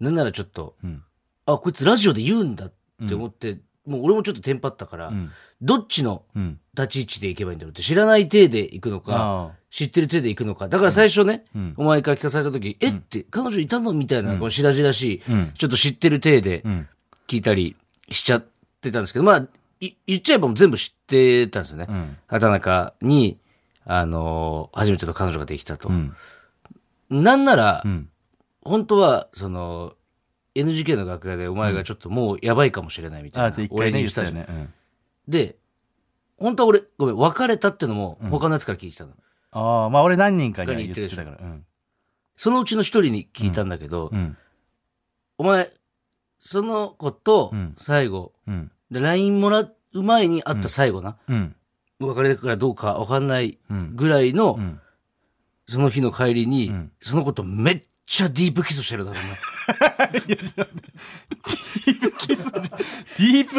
Speaker 1: なんならちょっと、
Speaker 2: うん。
Speaker 1: あ、こいつラジオで言うんだって思って、もう俺もちょっとテンパったから、
Speaker 2: うん。
Speaker 1: どっちの
Speaker 2: うん。
Speaker 1: 立ち位置で行けばいいんだろうって、知らない体で行くのか、
Speaker 2: ああ。
Speaker 1: 知ってる体で行くのか。だから最初ね、
Speaker 2: うん。
Speaker 1: お前から聞かされた時、えって、彼女いたのみたいな、こう、しらじらしい、
Speaker 2: うん。
Speaker 1: ちょっと知ってる体で、
Speaker 2: うん。
Speaker 1: 聞いたりしちゃってたんですけど、まあ、い言っちゃえばもう全部知ってたんですよね。
Speaker 2: うん。
Speaker 1: 畑中に、あのー初めての彼女ができたと。
Speaker 2: うん。
Speaker 1: なんなら、
Speaker 2: うん。
Speaker 1: 本当は、その、NGK の楽屋でお前がちょっともうやばいかもしれないみた
Speaker 2: あ
Speaker 1: い
Speaker 2: っ
Speaker 1: な
Speaker 2: て。一
Speaker 1: 俺
Speaker 2: 回ね、
Speaker 1: に言
Speaker 2: 言
Speaker 1: っ
Speaker 2: っ
Speaker 1: てた
Speaker 2: た
Speaker 1: じ
Speaker 2: よ
Speaker 1: ゃん。
Speaker 2: ね。うん
Speaker 1: で、本当は俺、ごめん、別れたってのも他のやつから聞いてたの。
Speaker 2: ああ、まあ俺何人かには
Speaker 1: 他に
Speaker 2: 言
Speaker 1: 言
Speaker 2: っ
Speaker 1: ってる
Speaker 2: て
Speaker 1: でしょ
Speaker 2: たから。うん。
Speaker 1: そのうちの一人に聞いたんだけど、
Speaker 2: うん。
Speaker 1: お前、その子と
Speaker 2: うん
Speaker 1: 最後、
Speaker 2: うん。
Speaker 1: で LINE もらう前に会った最後な、
Speaker 2: うん。
Speaker 1: 別れるからどうかわかんない
Speaker 2: うん。
Speaker 1: ぐらいの、
Speaker 2: うん。
Speaker 1: その日の帰りに、
Speaker 2: うん
Speaker 1: その子とめっちゃディープキスしてるだろうな。
Speaker 2: ディープキス
Speaker 1: い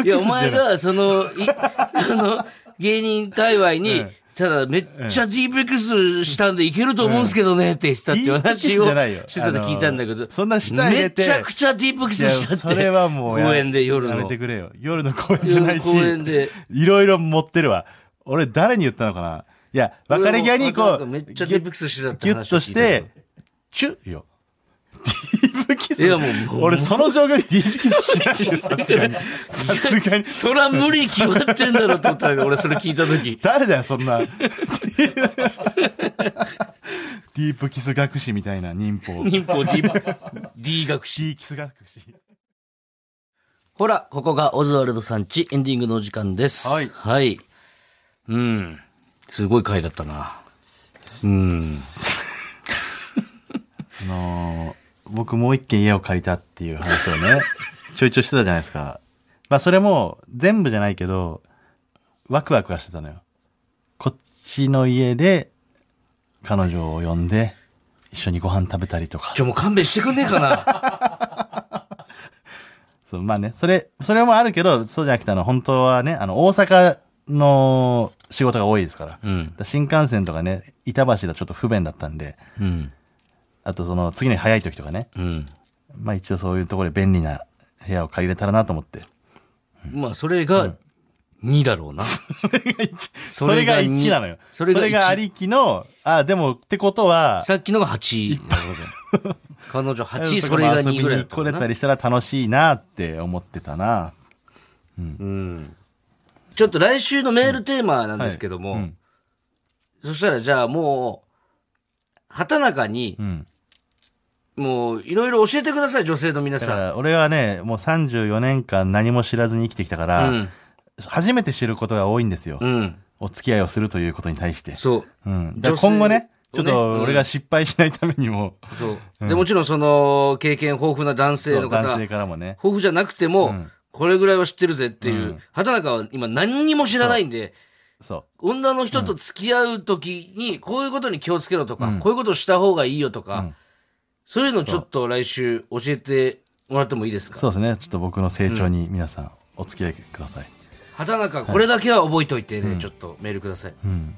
Speaker 2: じゃ
Speaker 1: や、
Speaker 2: ない
Speaker 1: お前が、その、い、 その、芸人界隈に、
Speaker 2: うん
Speaker 1: ただ、めっちゃ GPX したんでいけると思うんすけどね、って言ってたっていう話を
Speaker 2: ディープキスじゃないよ
Speaker 1: してたって聞いたんだけ
Speaker 2: あ
Speaker 1: ど
Speaker 2: の、そんな舌入れて
Speaker 1: めちゃくちゃディープキ
Speaker 2: いや
Speaker 1: スしたって。
Speaker 2: それはもうや
Speaker 1: 公園で夜の
Speaker 2: やめてくれよ夜の公園じゃ
Speaker 1: 夜
Speaker 2: な
Speaker 1: の
Speaker 2: いし
Speaker 1: 公園で。
Speaker 2: いろいろ持ってるわ俺誰に言ったのかないや別れ際にこう
Speaker 1: めっちゃ
Speaker 2: ギ
Speaker 1: ディ
Speaker 2: ュ
Speaker 1: ープキスしてたって
Speaker 2: ッ
Speaker 1: 話を聞
Speaker 2: とし
Speaker 1: いたけど
Speaker 2: てチュッよディープキス
Speaker 1: いやもうもう
Speaker 2: 俺その状況でディープキスしないよさすがにさすが に
Speaker 1: そら無理決まってんだろと思ったんだけど俺それ聞いた時。
Speaker 2: 誰だよそんなディープキス学士みたいな忍法
Speaker 1: 民法 D、D 学士。
Speaker 2: シーキス学士
Speaker 1: ほら、ここがオズワルドさんち、エンディングのお時間です。
Speaker 2: はい
Speaker 1: はい。うん。すごい回だったな。うん。
Speaker 2: あのー僕もう一軒家を借りたっていう話を ね、ちょいちょいしてたじゃないですか。まあそれも全部じゃないけど、ワクワクはしてたのよ。こっちの家で彼女を呼んで、一緒にご飯食べたりとか
Speaker 1: ち。ょ、もう勘弁してくんねえかな。
Speaker 2: そうまあね、それ、それもあるけど、そうじゃなくてあの、本当はね、あの、大阪の仕事が多いですから。
Speaker 1: うん。
Speaker 2: 新幹線とかね、板橋だとちょっと不便だったんで、
Speaker 1: うん。
Speaker 2: あとその次の日早い時とかね、
Speaker 1: うん。
Speaker 2: まあ一応そういうところで便利な部屋を借りれたらなと思って。
Speaker 1: まあ、それが2だろうな。
Speaker 2: それが1なのよ。そ
Speaker 1: そ
Speaker 2: れ
Speaker 1: れが一
Speaker 2: がありきの、あ、でも、ってことは、
Speaker 1: さっきのが8。彼女8、そ れ
Speaker 2: あ
Speaker 1: が
Speaker 2: のとこも
Speaker 1: 2ぐらいだ
Speaker 2: 遊び
Speaker 1: っ
Speaker 2: に
Speaker 1: た
Speaker 2: 来
Speaker 1: もん
Speaker 2: れ
Speaker 1: な
Speaker 2: たりしたら楽しいなって思ってたな。
Speaker 1: うん。ちょっと来週のメールテーマなんですけども、
Speaker 2: はいうん
Speaker 1: そしたらじゃあもう、畑中に
Speaker 2: う、ん。
Speaker 1: もういろいろ教えてください、女性の皆
Speaker 2: だか
Speaker 1: さ
Speaker 2: ら、俺はね、もう34年間何も知らずに生きてきたか
Speaker 1: ん。う
Speaker 2: ら、
Speaker 1: ん。
Speaker 2: 初めて知ることが多いんですよ。
Speaker 1: うん。
Speaker 2: お付き合いをするということに対して。
Speaker 1: そう。
Speaker 2: うん。だから
Speaker 1: 女性
Speaker 2: 今後ね、ちょ
Speaker 1: を
Speaker 2: っ
Speaker 1: ね
Speaker 2: と俺が失敗しないため にも、
Speaker 1: そう。で、もちろんその、経験豊富な男性
Speaker 2: そ
Speaker 1: の
Speaker 2: う
Speaker 1: 方、
Speaker 2: 男性
Speaker 1: 豊
Speaker 2: からもね、
Speaker 1: 富じゃなくても、
Speaker 2: ん
Speaker 1: これぐらいは知ってるぜっていう、
Speaker 2: うん
Speaker 1: 畑中は今何にも知らないんで、
Speaker 2: そ
Speaker 1: 女の人と付き合うときに、こういうことに気をつけろとか、こういうことした方がいいよとか、そういうのちょっと来週教えてもらってもいいです
Speaker 2: う。
Speaker 1: か
Speaker 2: そうですね、ちょっと僕の成長に皆さん、お付き合いください。
Speaker 1: 畑中、これだけは覚えといてね、ちょっとメールください。
Speaker 2: うん。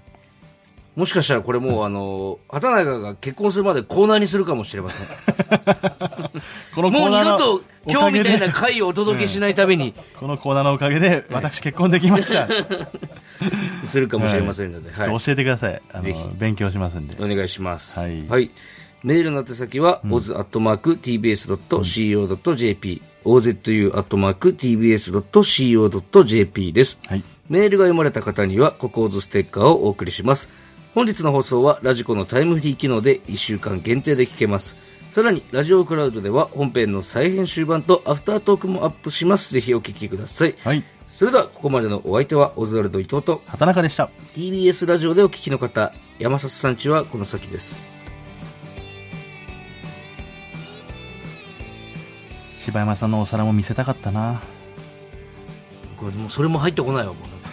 Speaker 1: もしかしたらこれもう、あの、畑中が結婚するまでコーナーにするかもしれま せん。
Speaker 2: この
Speaker 1: もう
Speaker 2: コーナ
Speaker 1: 二
Speaker 2: ーの
Speaker 1: 度と
Speaker 2: お
Speaker 1: 今
Speaker 2: か
Speaker 1: 日
Speaker 2: げ
Speaker 1: み
Speaker 2: で
Speaker 1: たいな回をお届けしないために
Speaker 2: このコーナーのおかげで、私結婚できま した。ちょっ
Speaker 1: するかもしれませんので、はい
Speaker 2: と教えてください。あ
Speaker 1: ぜひ
Speaker 2: の、勉強しますんで。
Speaker 1: お願いします。
Speaker 2: はい
Speaker 1: メールの宛先は、oz.tbs.co.jp、ozu.tbs.co.jp です。
Speaker 2: はい。
Speaker 1: メールが読まれた方には、ココーズステッカーをお送りします。本日の放送は、ラジコのタイムフリー機能で1週間限定で聞けます。さらに、ラジオクラウドでは、本編の再編集版とアフタートークもアップします。ぜひお聞きください。
Speaker 2: はい。
Speaker 1: それでは、ここまでのお相手は、オズワルド伊藤と、
Speaker 2: 畑中でした。
Speaker 1: TBS ラジオでお聞きの方、山里さんちはこの先です。
Speaker 2: 柴山さんのお皿も見せたかったな。
Speaker 1: これもうそれも入ってこないわ、もうなんか。